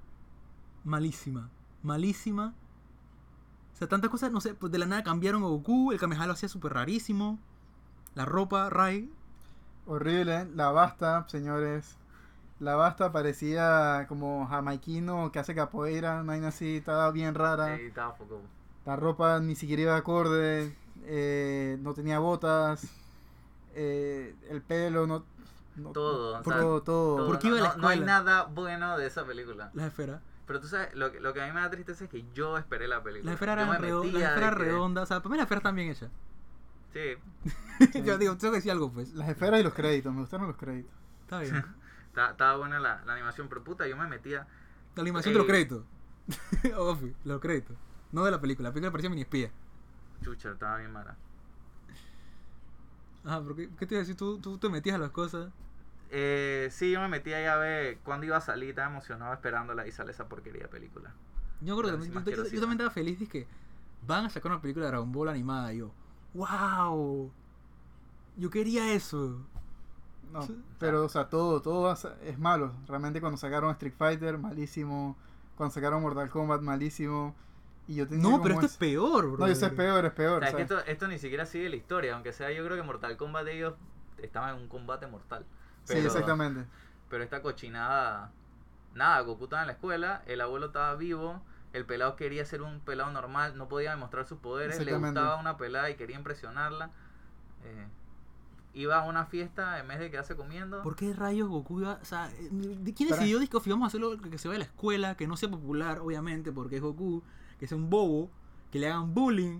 [SPEAKER 1] malísima. Malísima. O sea, tantas cosas, no sé, pues de la nada cambiaron a Goku, el Kamehameha lo hacía súper rarísimo. La ropa, Rai.
[SPEAKER 3] Horrible, ¿eh? la basta, señores. La basta parecía como jamaiquino que hace capoeira, una vaina así, estaba bien rara.
[SPEAKER 2] eh, estaba poco-
[SPEAKER 3] La ropa ni siquiera iba acorde, eh, no tenía botas, eh, el pelo, no. no-
[SPEAKER 2] Todo, o sea,
[SPEAKER 3] todo, todo.
[SPEAKER 2] todo,
[SPEAKER 1] ¿Por qué iba a
[SPEAKER 2] no-
[SPEAKER 1] la
[SPEAKER 2] no- no hay
[SPEAKER 1] escuela?
[SPEAKER 2] nada bueno de esa película.
[SPEAKER 1] La esfera.
[SPEAKER 2] Pero tú sabes, lo, que- lo que a mí me da tristeza es que yo esperé la película.
[SPEAKER 1] La esfera
[SPEAKER 2] Yo
[SPEAKER 1] era
[SPEAKER 2] me
[SPEAKER 1] redo-
[SPEAKER 2] metía
[SPEAKER 1] la esfera
[SPEAKER 2] de que-
[SPEAKER 1] redonda. O sea, para mí la esfera está bien hecha.
[SPEAKER 2] Sí,
[SPEAKER 1] (laughs) Yo digo, tengo que decir algo, pues.
[SPEAKER 3] Las esferas y los créditos, me gustaron los créditos.
[SPEAKER 1] Está
[SPEAKER 2] (laughs)
[SPEAKER 1] bien.
[SPEAKER 2] ta- estaba buena la, la animación, pero puta, yo me metía.
[SPEAKER 1] La animación de los
[SPEAKER 2] Ey.
[SPEAKER 1] créditos. (laughs) Obvio, los créditos. No de la película. La película parecía mini espía.
[SPEAKER 2] Chucha, estaba bien mala.
[SPEAKER 1] Ajá, pero ¿qué, qué te iba a decir? Tú, tú te metías a las cosas.
[SPEAKER 2] Eh, sí, yo me metía ahí a ver cuándo iba a salir, estaba emocionado esperándola y sale esa porquería de película.
[SPEAKER 1] Yo creo que
[SPEAKER 2] Claro,
[SPEAKER 1] también,
[SPEAKER 2] sí,
[SPEAKER 1] yo,
[SPEAKER 2] más
[SPEAKER 1] yo-
[SPEAKER 2] querosina.
[SPEAKER 1] yo también estaba feliz de que van a sacar una película de Dragon Ball animada. Y yo, wow, yo quería eso.
[SPEAKER 3] No,
[SPEAKER 1] Sí.
[SPEAKER 3] pero, o sea, todo, todo hace- es malo. Realmente cuando sacaron Street Fighter, malísimo. Cuando sacaron Mortal Kombat, malísimo. Y yo tenía
[SPEAKER 1] No,
[SPEAKER 3] como
[SPEAKER 1] pero esto es
[SPEAKER 3] ese-
[SPEAKER 1] peor, bro.
[SPEAKER 3] No, eso es peor, es
[SPEAKER 2] O
[SPEAKER 3] peor.
[SPEAKER 2] sea, es que
[SPEAKER 3] ¿sabes?
[SPEAKER 2] esto, esto ni siquiera sigue la historia, aunque sea yo creo que Mortal Kombat de ellos estaba en un combate mortal.
[SPEAKER 3] Sí,
[SPEAKER 2] Pero-
[SPEAKER 3] exactamente.
[SPEAKER 2] Pero esta cochinada. Nada, Goku estaba en la escuela, el abuelo estaba vivo, el pelado quería ser un pelado normal, no podía demostrar sus poderes, le
[SPEAKER 3] Exactamente.
[SPEAKER 2] gustaba una pelada y quería impresionarla. eh, iba a una fiesta en vez de quedarse comiendo.
[SPEAKER 1] ¿Por qué rayos Goku iba.? O sea, eh, ¿de ¿quién
[SPEAKER 3] Pero-
[SPEAKER 1] decidió dizque, "Ofi, vamos a hacerlo que se vaya a la escuela, que no sea popular, obviamente, porque es Goku, que sea un bobo, que le hagan bullying?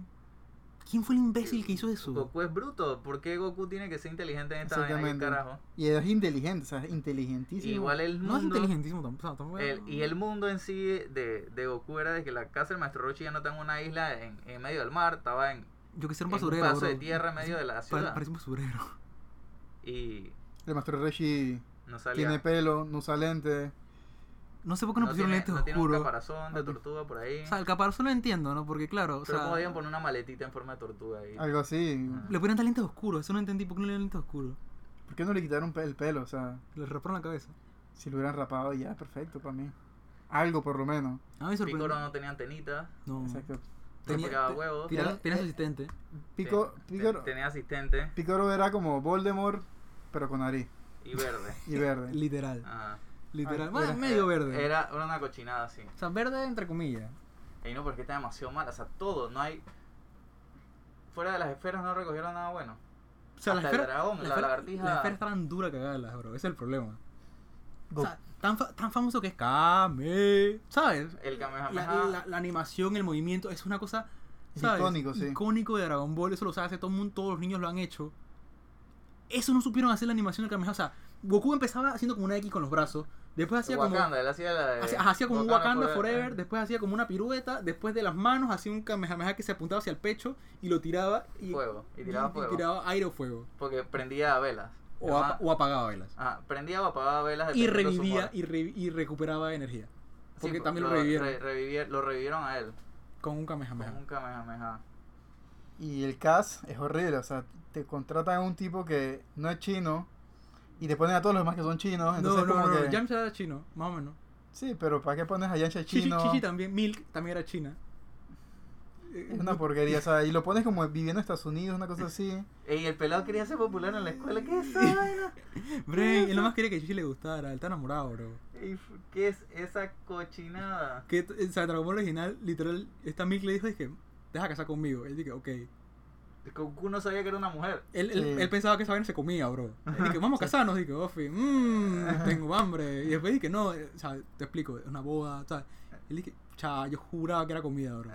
[SPEAKER 1] ¿Quién fue el imbécil que hizo eso?
[SPEAKER 2] Goku es bruto, ¿por qué Goku tiene que ser inteligente en esta vaina? ¿Qué
[SPEAKER 3] Exactamente.
[SPEAKER 2] carajo?
[SPEAKER 3] Y es inteligente, o sea, es inteligentísimo.
[SPEAKER 2] Igual el
[SPEAKER 1] No es
[SPEAKER 2] mundo.
[SPEAKER 1] inteligentísimo tampoco. o sea, tampoco-
[SPEAKER 2] el- y el mundo en sí de, de Goku era de que la casa del maestro Roshi ya no estaba en una isla en, en medio del mar, estaba en,
[SPEAKER 1] Yo que ser un
[SPEAKER 2] en un
[SPEAKER 1] basurero.
[SPEAKER 2] paso
[SPEAKER 1] bro.
[SPEAKER 2] de tierra en medio de la
[SPEAKER 1] Pa-
[SPEAKER 2] ciudad.
[SPEAKER 1] Parece un basurero. (laughs)
[SPEAKER 2] Y
[SPEAKER 3] El maestro Reggie
[SPEAKER 2] no salía.
[SPEAKER 3] tiene pelo, no usa lente.
[SPEAKER 1] No sé por qué no, pusieron
[SPEAKER 2] tiene,
[SPEAKER 1] lentes
[SPEAKER 2] no tiene un
[SPEAKER 1] oscuros.
[SPEAKER 2] caparazón de
[SPEAKER 3] No tiene-
[SPEAKER 2] tortuga por ahí.
[SPEAKER 1] O sea, el caparazón lo entiendo, ¿no? Porque claro, o
[SPEAKER 2] pero
[SPEAKER 1] sea,
[SPEAKER 2] como podían poner una maletita en forma de tortuga ahí.
[SPEAKER 3] Algo así.
[SPEAKER 2] Ah.
[SPEAKER 1] le ponían lentes oscuros, eso no entendí por qué no le dieron lentes oscuros.
[SPEAKER 3] ¿Por qué no le quitaron pe- el pelo? O sea,
[SPEAKER 1] Le raparon la cabeza.
[SPEAKER 3] si lo hubieran rapado ya, perfecto para mí. Algo por lo menos.
[SPEAKER 1] A mí me sorprendió.
[SPEAKER 2] Piccolo no tenía antenitas,
[SPEAKER 1] No.
[SPEAKER 3] Exacto.
[SPEAKER 2] no pegaba
[SPEAKER 1] te-
[SPEAKER 2] huevos.
[SPEAKER 1] tira-
[SPEAKER 3] Era-
[SPEAKER 1] tenía su
[SPEAKER 3] eh,
[SPEAKER 1] asistente.
[SPEAKER 3] Pico,
[SPEAKER 2] Ten-
[SPEAKER 3] Picoro,
[SPEAKER 2] ten- tenía asistente
[SPEAKER 3] Picoro era como Voldemort, pero con nariz
[SPEAKER 2] y
[SPEAKER 1] (laughs)
[SPEAKER 2] verde.
[SPEAKER 3] y verde.
[SPEAKER 1] Literal.
[SPEAKER 2] Ajá.
[SPEAKER 1] Literal.
[SPEAKER 3] Ah,
[SPEAKER 1] Bueno,
[SPEAKER 3] era-
[SPEAKER 1] medio
[SPEAKER 2] Era-
[SPEAKER 1] verde.
[SPEAKER 2] Era, era una cochinada así.
[SPEAKER 1] O sea, verde entre comillas.
[SPEAKER 2] Y no, porque está demasiado mal. O sea, todo, no hay. Fuera de las esferas no recogieron nada bueno.
[SPEAKER 1] O sea, las
[SPEAKER 2] Hasta el
[SPEAKER 1] esferas.
[SPEAKER 2] dragón, la
[SPEAKER 1] esfera-
[SPEAKER 2] lagartija.
[SPEAKER 1] Las esferas estaban duras cagadas, bro. Ese es el problema. O
[SPEAKER 3] Go-
[SPEAKER 1] sea, tan, fa- tan famoso que es Kame. ¿Sabes?
[SPEAKER 2] El Kamehameha.
[SPEAKER 1] La, la- la animación, el movimiento, es una cosa
[SPEAKER 3] Es
[SPEAKER 1] ¿sabes?
[SPEAKER 3] icónico, sí.
[SPEAKER 1] Icónico de Dragon Ball, eso lo sabe hace todo el mundo, todos los niños lo han hecho. Eso no supieron hacer la animación del Kamehameha. O sea, Goku empezaba haciendo como una X con los brazos, después hacía
[SPEAKER 2] Wakanda, él hacía la de.
[SPEAKER 1] como. Hacía, ajá, hacía como un Wakanda Forever,
[SPEAKER 2] ajá.
[SPEAKER 1] después hacía como una pirueta, después de las manos hacía un Kamehameha que se apuntaba hacia el pecho y lo tiraba y,
[SPEAKER 2] Fuego, y tiraba fuego.
[SPEAKER 1] tiraba aire o fuego.
[SPEAKER 2] Porque prendía velas.
[SPEAKER 1] O, apa-
[SPEAKER 2] Ajá. Ah,
[SPEAKER 1] o apagaba velas.
[SPEAKER 2] Ajá, prendía o apagaba velas.
[SPEAKER 1] Y
[SPEAKER 2] dependiendo de su
[SPEAKER 1] revivía
[SPEAKER 2] humor.
[SPEAKER 1] y, re- y recuperaba energía.
[SPEAKER 2] Sí, pues,
[SPEAKER 1] Porque
[SPEAKER 2] po-
[SPEAKER 1] también lo revivieron
[SPEAKER 2] re- revivieron- lo revivieron a él.
[SPEAKER 1] con un
[SPEAKER 2] Con
[SPEAKER 1] Kamehameha.
[SPEAKER 2] un Kamehameha.
[SPEAKER 3] Y el cast es horrible, o sea, te contratan a un tipo que no es chino y te ponen a todos los demás que son chinos. Ah, Entonces
[SPEAKER 1] No, no,
[SPEAKER 3] como
[SPEAKER 1] no,
[SPEAKER 3] que,
[SPEAKER 1] Yamcha era chino, más o menos.
[SPEAKER 3] Sí, pero ¿para qué pones a Yancha
[SPEAKER 1] Chichi,
[SPEAKER 3] chino?
[SPEAKER 1] Chichi también, Milk también era china. Eh,
[SPEAKER 3] Es una
[SPEAKER 1] no-
[SPEAKER 3] porquería, o sea, y lo pones como viviendo en Estados Unidos, una cosa así.
[SPEAKER 2] Ey, el pelado quería ser popular en la escuela. ¿Qué es esa
[SPEAKER 1] (laughs)
[SPEAKER 2] vaina?
[SPEAKER 1] Bren, él nomás quería que Chichi le gustara, él está enamorado, bro.
[SPEAKER 2] Ey, f- ¿Qué es esa cochinada?
[SPEAKER 1] Que, t- eh, o sea, Dragon Ball original, literal, esta Milk le dijo, dije, deja casar conmigo. Él dije, ok. Él,
[SPEAKER 2] Goku no sabía que era una mujer.
[SPEAKER 1] él,
[SPEAKER 3] Sí.
[SPEAKER 1] él pensaba que esa vaina se comía,
[SPEAKER 3] (laughs)
[SPEAKER 1] bro. Él dije, vamos a casarnos, dije, Ofi, mmm, tengo hambre. Y después dije, no, eh, o sea, te explico, es una boda, o sea. Él dije, cha, yo juraba que era comida,
[SPEAKER 3] (laughs)
[SPEAKER 1] bro.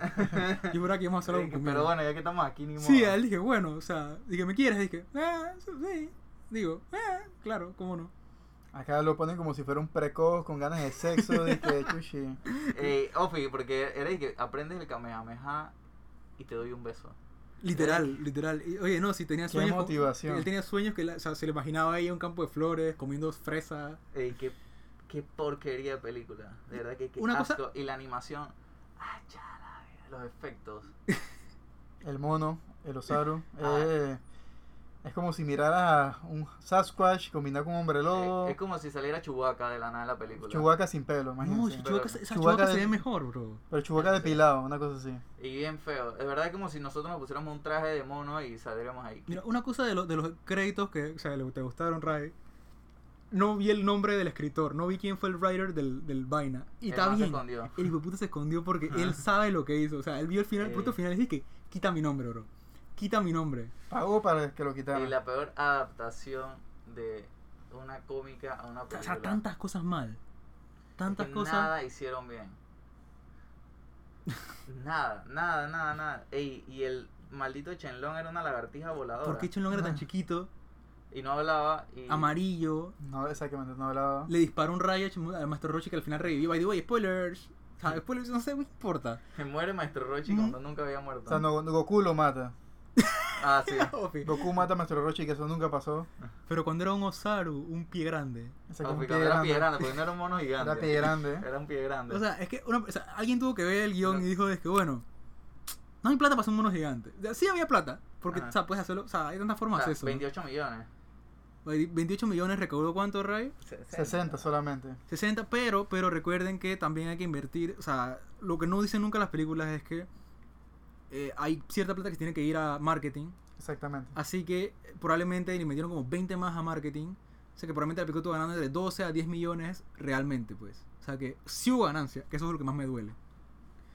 [SPEAKER 1] Yo juraba que íbamos a hacer algo
[SPEAKER 2] Ey,
[SPEAKER 1] con comida.
[SPEAKER 2] pero bueno, ya que estamos aquí, ni modo.
[SPEAKER 1] Sí, a él dije, bueno, o sea, dije, ¿me quieres? Dije, ah, sí. Digo, ah, claro, cómo no.
[SPEAKER 3] Acá lo ponen como si fuera un precoz con ganas de sexo,
[SPEAKER 1] (laughs)
[SPEAKER 3] de que chuchi.
[SPEAKER 2] Ey, Eh, Ofi, porque eres que aprendes el Kamehameha y te doy un beso.
[SPEAKER 1] Literal, literal. Y, oye, no, si tenía
[SPEAKER 3] Qué
[SPEAKER 1] sueños. con-
[SPEAKER 3] motivación.
[SPEAKER 1] él tenía sueños que la- o sea, se le imaginaba ahí en un campo de flores, comiendo fresa.
[SPEAKER 2] Ey, qué, qué porquería de película. De verdad que qué
[SPEAKER 1] Una cosa-
[SPEAKER 2] asco. Y la animación. Ah, ya la verga, los efectos.
[SPEAKER 3] El mono, el Osaru.
[SPEAKER 2] Ah.
[SPEAKER 3] eh, es como si miraras a un Sasquatch combinado con un hombre lobo.
[SPEAKER 2] Eh, es como si saliera Chewbacca de la nada de la película.
[SPEAKER 3] Chewbacca sin pelo,
[SPEAKER 1] No, si
[SPEAKER 3] imagínense.
[SPEAKER 2] pero-
[SPEAKER 1] Chewbacca, se- esa
[SPEAKER 3] Chewbacca
[SPEAKER 1] Chewbacca se
[SPEAKER 3] de-
[SPEAKER 1] ve mejor, bro.
[SPEAKER 3] Pero Chewbacca depilado, una cosa así.
[SPEAKER 2] Y bien feo. Es verdad como si nosotros nos pusiéramos un traje de mono y saliéramos ahí.
[SPEAKER 1] Mira, una cosa de, lo- de los créditos que, o sea, le- te gustaron, Ray. No vi el nombre del escritor, no vi quién fue el writer del, del vaina. Y
[SPEAKER 2] El
[SPEAKER 1] está
[SPEAKER 2] man se
[SPEAKER 1] bien.
[SPEAKER 2] escondió. Ah.
[SPEAKER 1] El hijo puta se escondió porque él sabe lo que hizo. O sea, él vio el final, el producto
[SPEAKER 2] Sí.
[SPEAKER 1] final y dice que quita mi nombre, bro. Quita mi nombre.
[SPEAKER 3] Pagó para que lo
[SPEAKER 2] Y
[SPEAKER 3] quitaran.
[SPEAKER 2] la peor adaptación de una cómica a una película.
[SPEAKER 1] O sea, tantas cosas mal. Tantas
[SPEAKER 2] que
[SPEAKER 1] cosas.
[SPEAKER 2] Nada hicieron bien. Nada, nada, nada, nada. Ey, y el maldito Chenlong era una lagartija voladora.
[SPEAKER 1] ¿Por qué Chenlong era tan
[SPEAKER 3] Ah.
[SPEAKER 1] chiquito?
[SPEAKER 2] Y no hablaba. Y...
[SPEAKER 1] Amarillo.
[SPEAKER 3] No, exactamente, no hablaba.
[SPEAKER 1] Le disparó un rayo a Chimo- al maestro Roshi que al final revivió. By the way, spoilers. O sea, spoilers, no sé, me importa.
[SPEAKER 2] Se muere Maestro Rochi
[SPEAKER 1] Ujú.
[SPEAKER 2] cuando nunca había muerto.
[SPEAKER 3] O sea, no- Goku lo mata.
[SPEAKER 2] Ah,
[SPEAKER 3] (laughs)
[SPEAKER 2] sí.
[SPEAKER 1] Ofi.
[SPEAKER 3] Goku mata a Master Roshi, que eso nunca pasó.
[SPEAKER 1] Pero cuando era un Osaru, un pie grande.
[SPEAKER 3] Esa
[SPEAKER 2] Ah,
[SPEAKER 3] como
[SPEAKER 2] porque
[SPEAKER 3] pie
[SPEAKER 2] era
[SPEAKER 3] grande.
[SPEAKER 2] pie grande, porque no era un mono gigante.
[SPEAKER 3] Era pie grande.
[SPEAKER 2] (laughs) Era un pie grande.
[SPEAKER 1] O sea, es que una- o sea, alguien tuvo que ver el guión
[SPEAKER 2] No.
[SPEAKER 1] y dijo, es que bueno, no hay plata para hacer un mono gigante. O sea, Sí había plata, porque
[SPEAKER 2] Ajá.
[SPEAKER 1] o sea, puedes hacerlo, o sea, hay tantas
[SPEAKER 2] O
[SPEAKER 1] formas
[SPEAKER 2] sea,
[SPEAKER 1] de hacer eso.
[SPEAKER 2] 28 millones.
[SPEAKER 1] 28 millones recaudó cuánto, Ray?
[SPEAKER 3] 60 solamente.
[SPEAKER 1] 60, pero, pero recuerden que también hay que invertir, o sea, lo que no dicen nunca las películas es que eh, hay cierta plata que tiene que ir a marketing,
[SPEAKER 3] Exactamente.
[SPEAKER 1] así que eh, probablemente le metieron como 20 más a marketing, o sea que probablemente la película estuvo ganando entre 12 a 10 millones realmente, pues. O sea que sí hubo ganancia, que eso es lo que más me duele,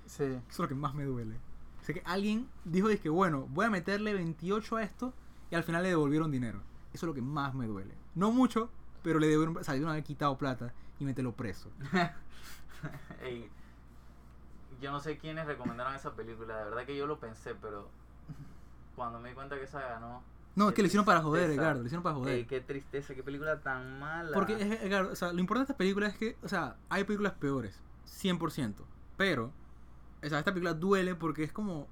[SPEAKER 3] Sí.
[SPEAKER 1] eso es lo que más me duele. O sea que alguien dijo, que bueno, voy a meterle 28 a esto y al final le devolvieron dinero. Eso es lo que más me duele. No mucho, pero le debieron, o sea, debieron haber quitado plata y meterlo preso.
[SPEAKER 2] Ey, yo no sé quiénes recomendaron esa película, de verdad que yo lo pensé, pero cuando me di cuenta que esa ganó.
[SPEAKER 1] No,
[SPEAKER 2] qué
[SPEAKER 1] es que lo hicieron para joder,
[SPEAKER 2] tristeza.
[SPEAKER 1] Edgardo, lo hicieron para joder.
[SPEAKER 2] Ey, qué tristeza, qué película tan mala.
[SPEAKER 1] Porque, es- Edgardo, o sea, lo importante de esta película es que, o sea, hay películas peores, 100%. Pero, o sea, esta película duele porque es como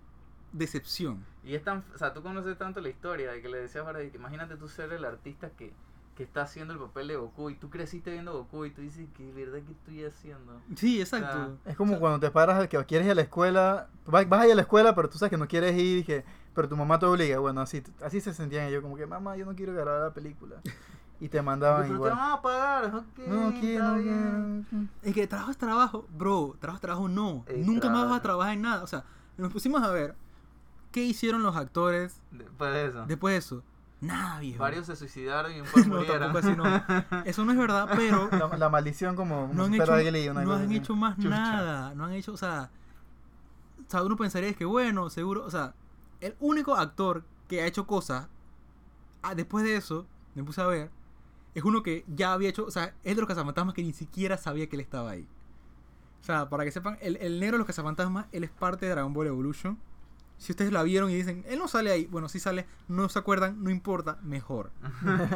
[SPEAKER 1] decepción.
[SPEAKER 2] Y es tan. O sea, tú conoces tanto la historia de que le decías ahora, de que imagínate tú ser el artista que, que está haciendo el papel de Goku y tú creciste viendo Goku y tú dices, que verdad que estoy haciendo?
[SPEAKER 1] Sí, exacto.
[SPEAKER 3] Es como cuando te paras, que quieres ir a la escuela, vas, vas a ir a la escuela, pero tú sabes que no quieres ir, y que, pero tu mamá te obliga. Bueno, así, así se sentían ellos, como que, mamá, yo no quiero grabar la película. Y te
[SPEAKER 2] Pero
[SPEAKER 3] mandaban
[SPEAKER 2] te
[SPEAKER 3] igual.
[SPEAKER 2] van a pagar, ok.
[SPEAKER 3] No
[SPEAKER 2] está
[SPEAKER 3] quiero, no
[SPEAKER 2] bien.
[SPEAKER 3] quiero.
[SPEAKER 1] Es que trabajo es trabajo, bro, trabajo es trabajo, no.
[SPEAKER 2] Ey,
[SPEAKER 1] Nunca más vas
[SPEAKER 2] trabajo.
[SPEAKER 1] a trabajar en nada. O sea, nos pusimos a ver qué hicieron los actores
[SPEAKER 2] Después de pues eso.
[SPEAKER 1] después de eso. Nada, viejo.
[SPEAKER 2] Ah. Varios se suicidaron y un
[SPEAKER 1] (laughs)
[SPEAKER 2] par
[SPEAKER 1] no,
[SPEAKER 2] murieron.
[SPEAKER 1] tampoco así no. Eso no es verdad,
[SPEAKER 2] (laughs)
[SPEAKER 1] pero
[SPEAKER 3] La, la maldición como
[SPEAKER 1] no han
[SPEAKER 3] un
[SPEAKER 1] hecho,
[SPEAKER 3] perro de Glee, una
[SPEAKER 1] no
[SPEAKER 3] cosa
[SPEAKER 1] han
[SPEAKER 3] así.
[SPEAKER 1] hecho más
[SPEAKER 3] Chucha.
[SPEAKER 1] nada. No han hecho, o sea, o sea, uno pensaría es que bueno, seguro, o sea, el único actor que ha hecho cosas ah, después de eso, me puse a ver, es uno que ya había hecho, o sea, es de los cazafantasmas que ni siquiera sabía que él estaba ahí. O sea, para que sepan, el, el negro de los cazafantasmas, él es parte de Dragon Ball Evolution. Si ustedes la vieron y dicen, él no sale ahí, bueno, si sale, no se acuerdan, no importa, mejor.
[SPEAKER 2] (laughs)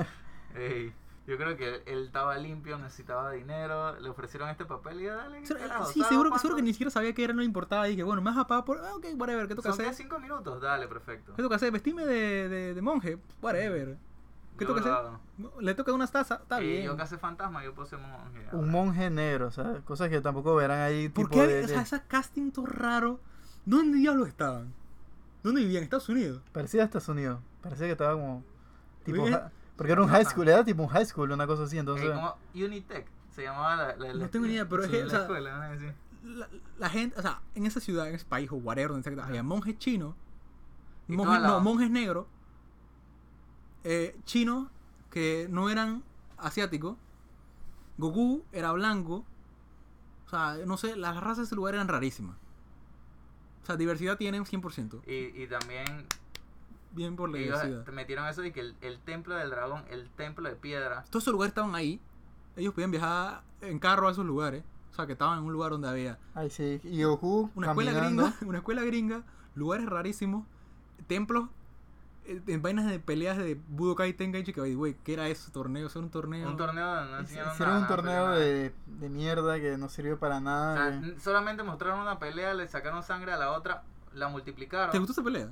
[SPEAKER 2] Ey, yo creo que él, él estaba limpio, necesitaba dinero, le ofrecieron este papel y ya dale.
[SPEAKER 1] Sí,
[SPEAKER 2] carajo,
[SPEAKER 1] eh, sí,
[SPEAKER 2] ¿sabes
[SPEAKER 1] seguro,
[SPEAKER 2] cuánto?
[SPEAKER 1] seguro que ni siquiera sabía que era, no le importaba. Y dije, bueno, me vas a pagar por. Ah, ok, whatever, ¿qué toca
[SPEAKER 2] Son
[SPEAKER 1] hacer?
[SPEAKER 2] de cinco minutos, dale, perfecto.
[SPEAKER 1] ¿Qué toca hacer? Vestirme de, de, de monje, whatever. ¿Qué toca hacer? Le toca una taza, está bien.
[SPEAKER 2] Yo que hace fantasma, yo puedo ser monje. ya.
[SPEAKER 3] Un monje negro, o sea, cosas que tampoco verán ahí.
[SPEAKER 1] ¿Por
[SPEAKER 3] tipo
[SPEAKER 1] qué?
[SPEAKER 3] de-
[SPEAKER 1] O sea,
[SPEAKER 3] de-
[SPEAKER 1] ese casting todo raro. ¿Dónde diablos estaban? ¿Dónde vivía? ¿En Estados Unidos?
[SPEAKER 3] Parecía Estados Unidos. Parecía que estaba como. Tipo,
[SPEAKER 1] Oye.
[SPEAKER 3] ja- porque era un high school, era tipo un high school, una cosa así. Entonces,
[SPEAKER 2] Eh, como Unitec se llamaba la, la- la-
[SPEAKER 1] No tengo ni idea, pero es
[SPEAKER 2] sí,
[SPEAKER 1] que,
[SPEAKER 2] la
[SPEAKER 1] o sea,
[SPEAKER 2] escuela, ¿no? Así.
[SPEAKER 1] La, la gente, o sea, en esa ciudad, en ese país o whatever, donde sea que había monjes chinos,
[SPEAKER 2] Y
[SPEAKER 1] monjes,
[SPEAKER 2] todas las-
[SPEAKER 1] no, monjes negros, eh, chinos que no eran asiáticos, Goku era blanco, o sea, no sé, las razas de ese lugar eran rarísimas. O sea, diversidad tienen 100%.
[SPEAKER 2] Y, y también
[SPEAKER 1] Bien por la
[SPEAKER 2] ellos
[SPEAKER 1] diversidad.
[SPEAKER 2] metieron eso y que el, el templo del dragón, el templo de piedra,
[SPEAKER 1] Todos esos lugares estaban ahí. Ellos podían viajar en carro a esos lugares. O sea, que estaban en un lugar donde había
[SPEAKER 3] ahí sí. Y Goku
[SPEAKER 1] una escuela
[SPEAKER 3] caminando.
[SPEAKER 1] gringa, una escuela gringa, lugares rarísimos, templos, eh, en vainas de peleas de Budokai Tenkaichi que by the way, ¿qué era eso? Torneo, eso era un torneo.
[SPEAKER 2] un torneo donde no enseñaron
[SPEAKER 3] Hicieron
[SPEAKER 2] nada,
[SPEAKER 3] un
[SPEAKER 2] no
[SPEAKER 3] torneo
[SPEAKER 2] pelearon
[SPEAKER 3] de, Ah, de mierda que no sirvió para nada.
[SPEAKER 2] nada. O sea,
[SPEAKER 3] que-
[SPEAKER 2] n- solamente mostraron una pelea, le sacaron sangre a la otra, la multiplicaron.
[SPEAKER 1] ¿Te gustó esa pelea?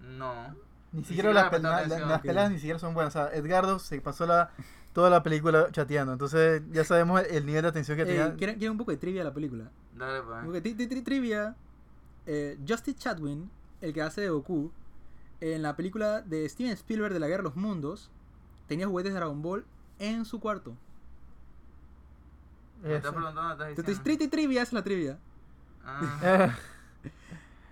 [SPEAKER 2] No.
[SPEAKER 3] Ni
[SPEAKER 2] Ni
[SPEAKER 3] siquiera
[SPEAKER 2] siquiera
[SPEAKER 3] las,
[SPEAKER 2] le
[SPEAKER 3] pel-
[SPEAKER 2] prestó
[SPEAKER 3] na- la-
[SPEAKER 2] atención,
[SPEAKER 3] las
[SPEAKER 1] ok.
[SPEAKER 3] peladas ni siquiera son buenas. O sea, Edgardo se pasó la, toda la película chateando. Entonces ya sabemos el, el nivel de atención que
[SPEAKER 1] Eh,
[SPEAKER 3] tenía.
[SPEAKER 1] ¿quieren, quieren un poco de trivia de la película?
[SPEAKER 2] Dale,
[SPEAKER 1] Un
[SPEAKER 2] pues.
[SPEAKER 1] poco de tri- tri- tri- trivia. Eh, Justin Chadwin, el que hace de Goku, en la película de Steven Spielberg de la Guerra de los Mundos, tenía juguetes de Dragon Ball en su cuarto.
[SPEAKER 2] Me
[SPEAKER 3] Eso.
[SPEAKER 2] estás preguntando, estás
[SPEAKER 1] Entonces,
[SPEAKER 2] diciendo.
[SPEAKER 1] tri- tri- trivia esa es la trivia.
[SPEAKER 2] Ah,
[SPEAKER 3] Eh,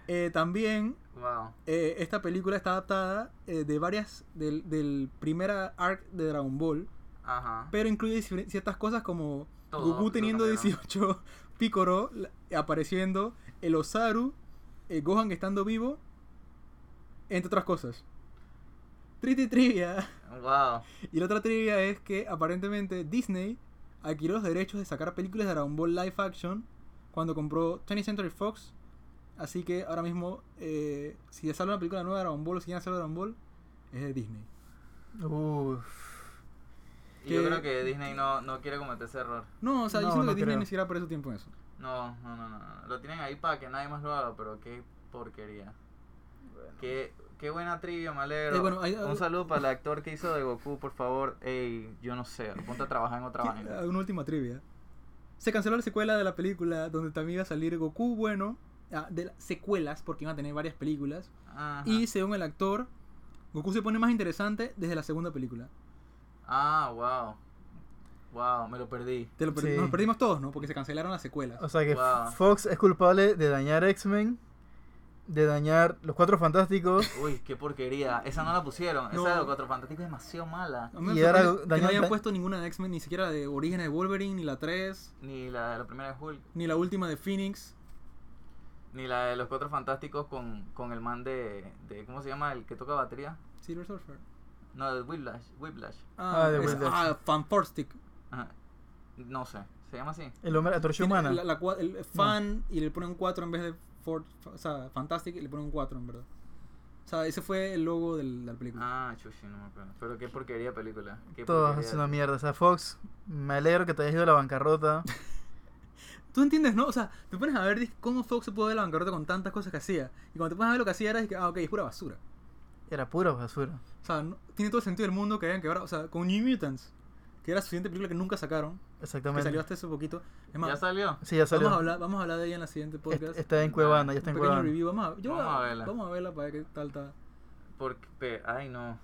[SPEAKER 1] Eh, también
[SPEAKER 2] wow.
[SPEAKER 1] Eh, esta película está adaptada eh, de varias del, del primer arc de Dragon Ball,
[SPEAKER 2] Ajá.
[SPEAKER 1] pero incluye cier- ciertas cosas como
[SPEAKER 2] Todo
[SPEAKER 1] Goku
[SPEAKER 2] lo
[SPEAKER 1] teniendo
[SPEAKER 2] cambiaron.
[SPEAKER 1] 18, (laughs) Piccolo la- apareciendo, el Osaru, eh, Gohan estando vivo, entre otras cosas. Triti trivia.
[SPEAKER 2] Wow.
[SPEAKER 1] Y la otra trivia es que aparentemente Disney adquirió los derechos de sacar películas de Dragon Ball live action cuando compró 20th Century Fox. Así que ahora mismo, eh, si sale una película nueva de Dragon Ball o si quieren hacer Dragon Ball, es de Disney.
[SPEAKER 3] (laughs) uf.
[SPEAKER 2] Y Yo
[SPEAKER 1] Que-
[SPEAKER 2] creo que Disney no, no quiere cometer ese error.
[SPEAKER 1] No, o sea, yo
[SPEAKER 3] No,
[SPEAKER 1] siento
[SPEAKER 3] no
[SPEAKER 1] que Disney
[SPEAKER 3] creo.
[SPEAKER 1] ni siquiera perdió su tiempo en eso.
[SPEAKER 2] No, no, no, no, no. Lo tienen ahí para que nadie más lo haga, pero qué porquería. Qué, qué buena trivia, me alegro.
[SPEAKER 1] Eh, bueno, hay-
[SPEAKER 2] Un
[SPEAKER 1] (laughs)
[SPEAKER 2] saludo para el actor que hizo de Goku, por favor. Ey, yo no sé, ponte a trabajar en otra
[SPEAKER 1] ¿Qué-
[SPEAKER 2] vaina.
[SPEAKER 1] Una última trivia. Se canceló la secuela de la película donde también iba a salir Goku bueno. ah, de las secuelas, porque iban a tener varias películas.
[SPEAKER 2] Ajá.
[SPEAKER 1] Y según el actor, Goku se pone más interesante desde la segunda película.
[SPEAKER 2] Ah, wow. Wow, me lo perdí.
[SPEAKER 1] Te lo perdi-
[SPEAKER 3] Sí.
[SPEAKER 1] Nos perdimos todos, ¿no? Porque se cancelaron las secuelas.
[SPEAKER 3] O sea que
[SPEAKER 2] Wow.
[SPEAKER 3] Fox es culpable de dañar X-Men, de dañar Los Cuatro Fantásticos.
[SPEAKER 2] Uy, qué porquería. Esa no la pusieron. Esa
[SPEAKER 1] No.
[SPEAKER 2] de los Cuatro Fantásticos es demasiado mala.
[SPEAKER 1] A mí me
[SPEAKER 3] Y ahora
[SPEAKER 1] sorprende que
[SPEAKER 3] dañó-
[SPEAKER 1] no hayan
[SPEAKER 3] da-
[SPEAKER 1] puesto ninguna de X-Men, ni siquiera la de Orígenes de Wolverine, ni la 3,
[SPEAKER 2] Ni la de la primera de Hulk.
[SPEAKER 1] ni la última de Phoenix.
[SPEAKER 2] Ni la de los Cuatro Fantásticos con, con el man de, de. ¿Cómo se llama? El que toca batería.
[SPEAKER 1] Silver Surfer.
[SPEAKER 2] No, de Whiplash. Whiplash.
[SPEAKER 1] Ah,
[SPEAKER 3] Ah, de
[SPEAKER 1] es-
[SPEAKER 3] Windows.
[SPEAKER 1] ah Fantastic.
[SPEAKER 2] Ajá. No sé. ¿Se llama así?
[SPEAKER 3] El hombre, la torcha
[SPEAKER 1] Tiene
[SPEAKER 3] humana.
[SPEAKER 1] La, la cua- el fan y le ponen un 4 en vez de Ford, o sea, Fantastic y le ponen un 4 en verdad. O sea, ese fue el logo del, de la película.
[SPEAKER 2] Ah, chuchi, no me acuerdo. Pero qué porquería de película. Qué
[SPEAKER 3] Todo
[SPEAKER 2] porquería
[SPEAKER 3] es
[SPEAKER 2] de-
[SPEAKER 3] una mierda. O sea, Fox, me alegro que te hayas ido a la bancarrota.
[SPEAKER 1] Tú entiendes, ¿no? O sea, te pones a ver dices, cómo Fox se pudo ver la bancarrota con tantas cosas que hacía. Y cuando te pones a ver lo que hacía, era que, ah, ok, es pura basura.
[SPEAKER 3] Era pura basura.
[SPEAKER 1] O sea, no- tiene todo el sentido del mundo que hayan quebrado. O sea, con New Mutants, que era su siguiente película que nunca sacaron, que
[SPEAKER 3] Exactamente.
[SPEAKER 1] salió hasta hace poquito. Es
[SPEAKER 2] ¿Ya
[SPEAKER 1] más,
[SPEAKER 2] salió?
[SPEAKER 3] Sí, ya salió.
[SPEAKER 1] Vamos a, hablar, vamos a hablar de ella en la siguiente
[SPEAKER 3] Est-
[SPEAKER 1] podcast.
[SPEAKER 3] Está en Cuevana, ya está
[SPEAKER 1] un
[SPEAKER 3] en
[SPEAKER 1] pequeño
[SPEAKER 3] Cuevana.
[SPEAKER 1] review. Vamos a, yo
[SPEAKER 2] Vamos
[SPEAKER 1] voy
[SPEAKER 2] a verla.
[SPEAKER 1] Vamos a verla para ver qué tal está.
[SPEAKER 2] Porque. pe-
[SPEAKER 1] (laughs)
[SPEAKER 2] Ay, no.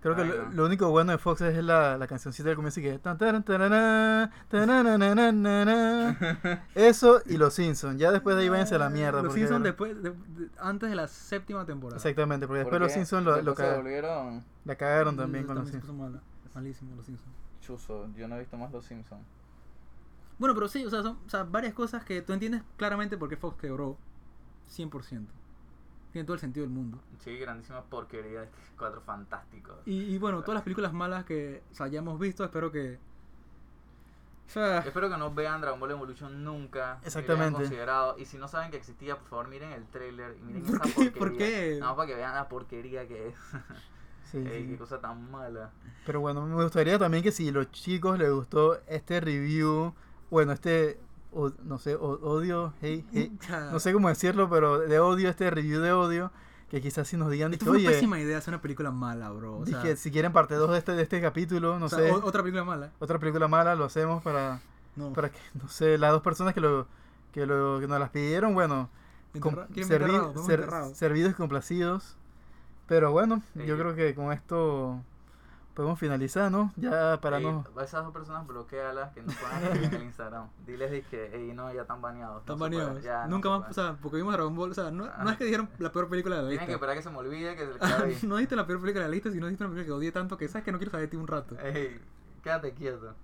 [SPEAKER 3] Creo que
[SPEAKER 2] Ay,
[SPEAKER 3] lo,
[SPEAKER 2] no.
[SPEAKER 3] lo único bueno de Fox es la, la cancioncita del comienzo que es tan, taran, tarará, tarananananana. Eso y los Simpsons. Ya después de ahí váyanse a la mierda.
[SPEAKER 1] Los
[SPEAKER 3] porque-
[SPEAKER 1] Simpsons después, de- de- antes de la séptima temporada.
[SPEAKER 3] Exactamente, porque después
[SPEAKER 2] ¿Por
[SPEAKER 3] los
[SPEAKER 2] qué?
[SPEAKER 3] Simpsons lo,
[SPEAKER 2] Después
[SPEAKER 3] lo
[SPEAKER 2] se
[SPEAKER 3] caga-
[SPEAKER 2] volvieron.
[SPEAKER 3] la cagaron también con los
[SPEAKER 1] se
[SPEAKER 3] Simpsons.
[SPEAKER 1] puso mala. Malísimo los Simpsons.
[SPEAKER 2] Chuzo, yo no he visto más Los Simpsons.
[SPEAKER 1] Bueno, pero sí, o sea, son o sea, varias cosas que tú entiendes claramente por qué Fox quebró 100%. Tiene todo el sentido del mundo.
[SPEAKER 2] Sí, grandísima porquería de Cuatro Fantásticos.
[SPEAKER 1] Y, y bueno, todas las películas malas que o sea, ya hemos visto, espero que... O sea,
[SPEAKER 3] Eh,
[SPEAKER 2] Espero que no vean Dragon Ball Evolution nunca. ni lo
[SPEAKER 3] Exactamente.
[SPEAKER 2] hayan considerado. Y si no saben que existía, por favor miren el trailer y miren
[SPEAKER 1] ¿Por
[SPEAKER 2] esa
[SPEAKER 1] qué?
[SPEAKER 2] porquería.
[SPEAKER 1] ¿Por qué?
[SPEAKER 2] No, para que vean la porquería que es.
[SPEAKER 3] Sí, sí,
[SPEAKER 2] Ey,
[SPEAKER 3] sí.
[SPEAKER 1] Eh,
[SPEAKER 2] qué cosa tan mala.
[SPEAKER 3] Pero bueno, me gustaría también que si los chicos les gustó este review, bueno, este, o- no sé, o- odio, hey, hey,
[SPEAKER 1] (laughs) o sea,
[SPEAKER 3] eh, no sé cómo decirlo, pero de odio, este review de odio, que quizás si nos digan,
[SPEAKER 1] esto
[SPEAKER 3] dije,
[SPEAKER 1] fue una
[SPEAKER 3] oye,
[SPEAKER 1] pésima idea hacer una película mala, bro. O sea,
[SPEAKER 3] dije, si quieren parte 2 de este, de este capítulo, no
[SPEAKER 1] o sea,
[SPEAKER 3] sé,
[SPEAKER 1] o- otra película mala.
[SPEAKER 3] otra película mala, lo hacemos para,
[SPEAKER 1] No.
[SPEAKER 3] para que, no sé, las dos personas que lo, que lo, que nos las pidieron, bueno,
[SPEAKER 1] Enterra-
[SPEAKER 3] com-
[SPEAKER 1] ¿Quieren
[SPEAKER 3] servi-
[SPEAKER 1] enterrado? Vamos
[SPEAKER 3] ser-
[SPEAKER 1] enterrado.
[SPEAKER 3] servidos y complacidos. Pero bueno,
[SPEAKER 2] Sí.
[SPEAKER 3] yo creo que con esto podemos finalizar, ¿no? Ya para
[SPEAKER 2] Ey,
[SPEAKER 3] no...
[SPEAKER 2] a Esas dos personas bloquealas que no puedan escribir en el
[SPEAKER 1] (laughs)
[SPEAKER 2] Instagram. Diles de que, ey, no, ya están baneados.
[SPEAKER 1] Están
[SPEAKER 2] no se puede,
[SPEAKER 1] baneados.
[SPEAKER 2] ya, no
[SPEAKER 1] Nunca
[SPEAKER 2] se
[SPEAKER 1] más,
[SPEAKER 2] puede".
[SPEAKER 1] o sea, porque vimos Dragon Ball, o sea, no, no es que dijeron la peor película de la
[SPEAKER 2] Tienen que
[SPEAKER 1] lista.
[SPEAKER 2] esperar que se me olvide que se le quede
[SPEAKER 1] (laughs)
[SPEAKER 2] ahí.
[SPEAKER 1] no diste la peor película de la lista, sino diste una película que odié tanto que sabes que no quiero saber de ti un rato.
[SPEAKER 2] Ey, quédate quieto.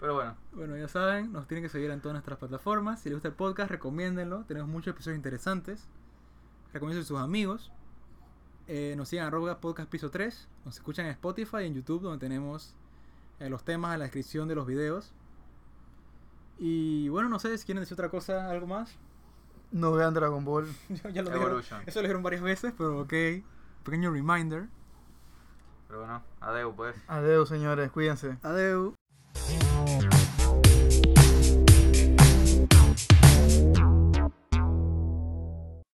[SPEAKER 2] Pero bueno,
[SPEAKER 1] Bueno, ya saben, nos tienen que seguir en todas nuestras plataformas. Si les gusta el podcast, recomiéndenlo. Tenemos muchos episodios interesantes. Recomiéndenlo a sus amigos. Eh, nos sigan arroba podcast piso 3. Nos escuchan en Spotify y en YouTube, donde tenemos eh, los temas en la descripción de los videos. Y bueno, no sé si quieren decir otra cosa, algo más. (laughs)
[SPEAKER 3] No vean Dragon Ball.
[SPEAKER 1] Yo ya lo dijeron.
[SPEAKER 2] Evolution.
[SPEAKER 1] Eso lo dijeron varias veces, pero ok. Pequeño reminder.
[SPEAKER 2] Pero bueno, adeu pues.
[SPEAKER 3] Adiós, señores. Cuídense.
[SPEAKER 1] Adeu.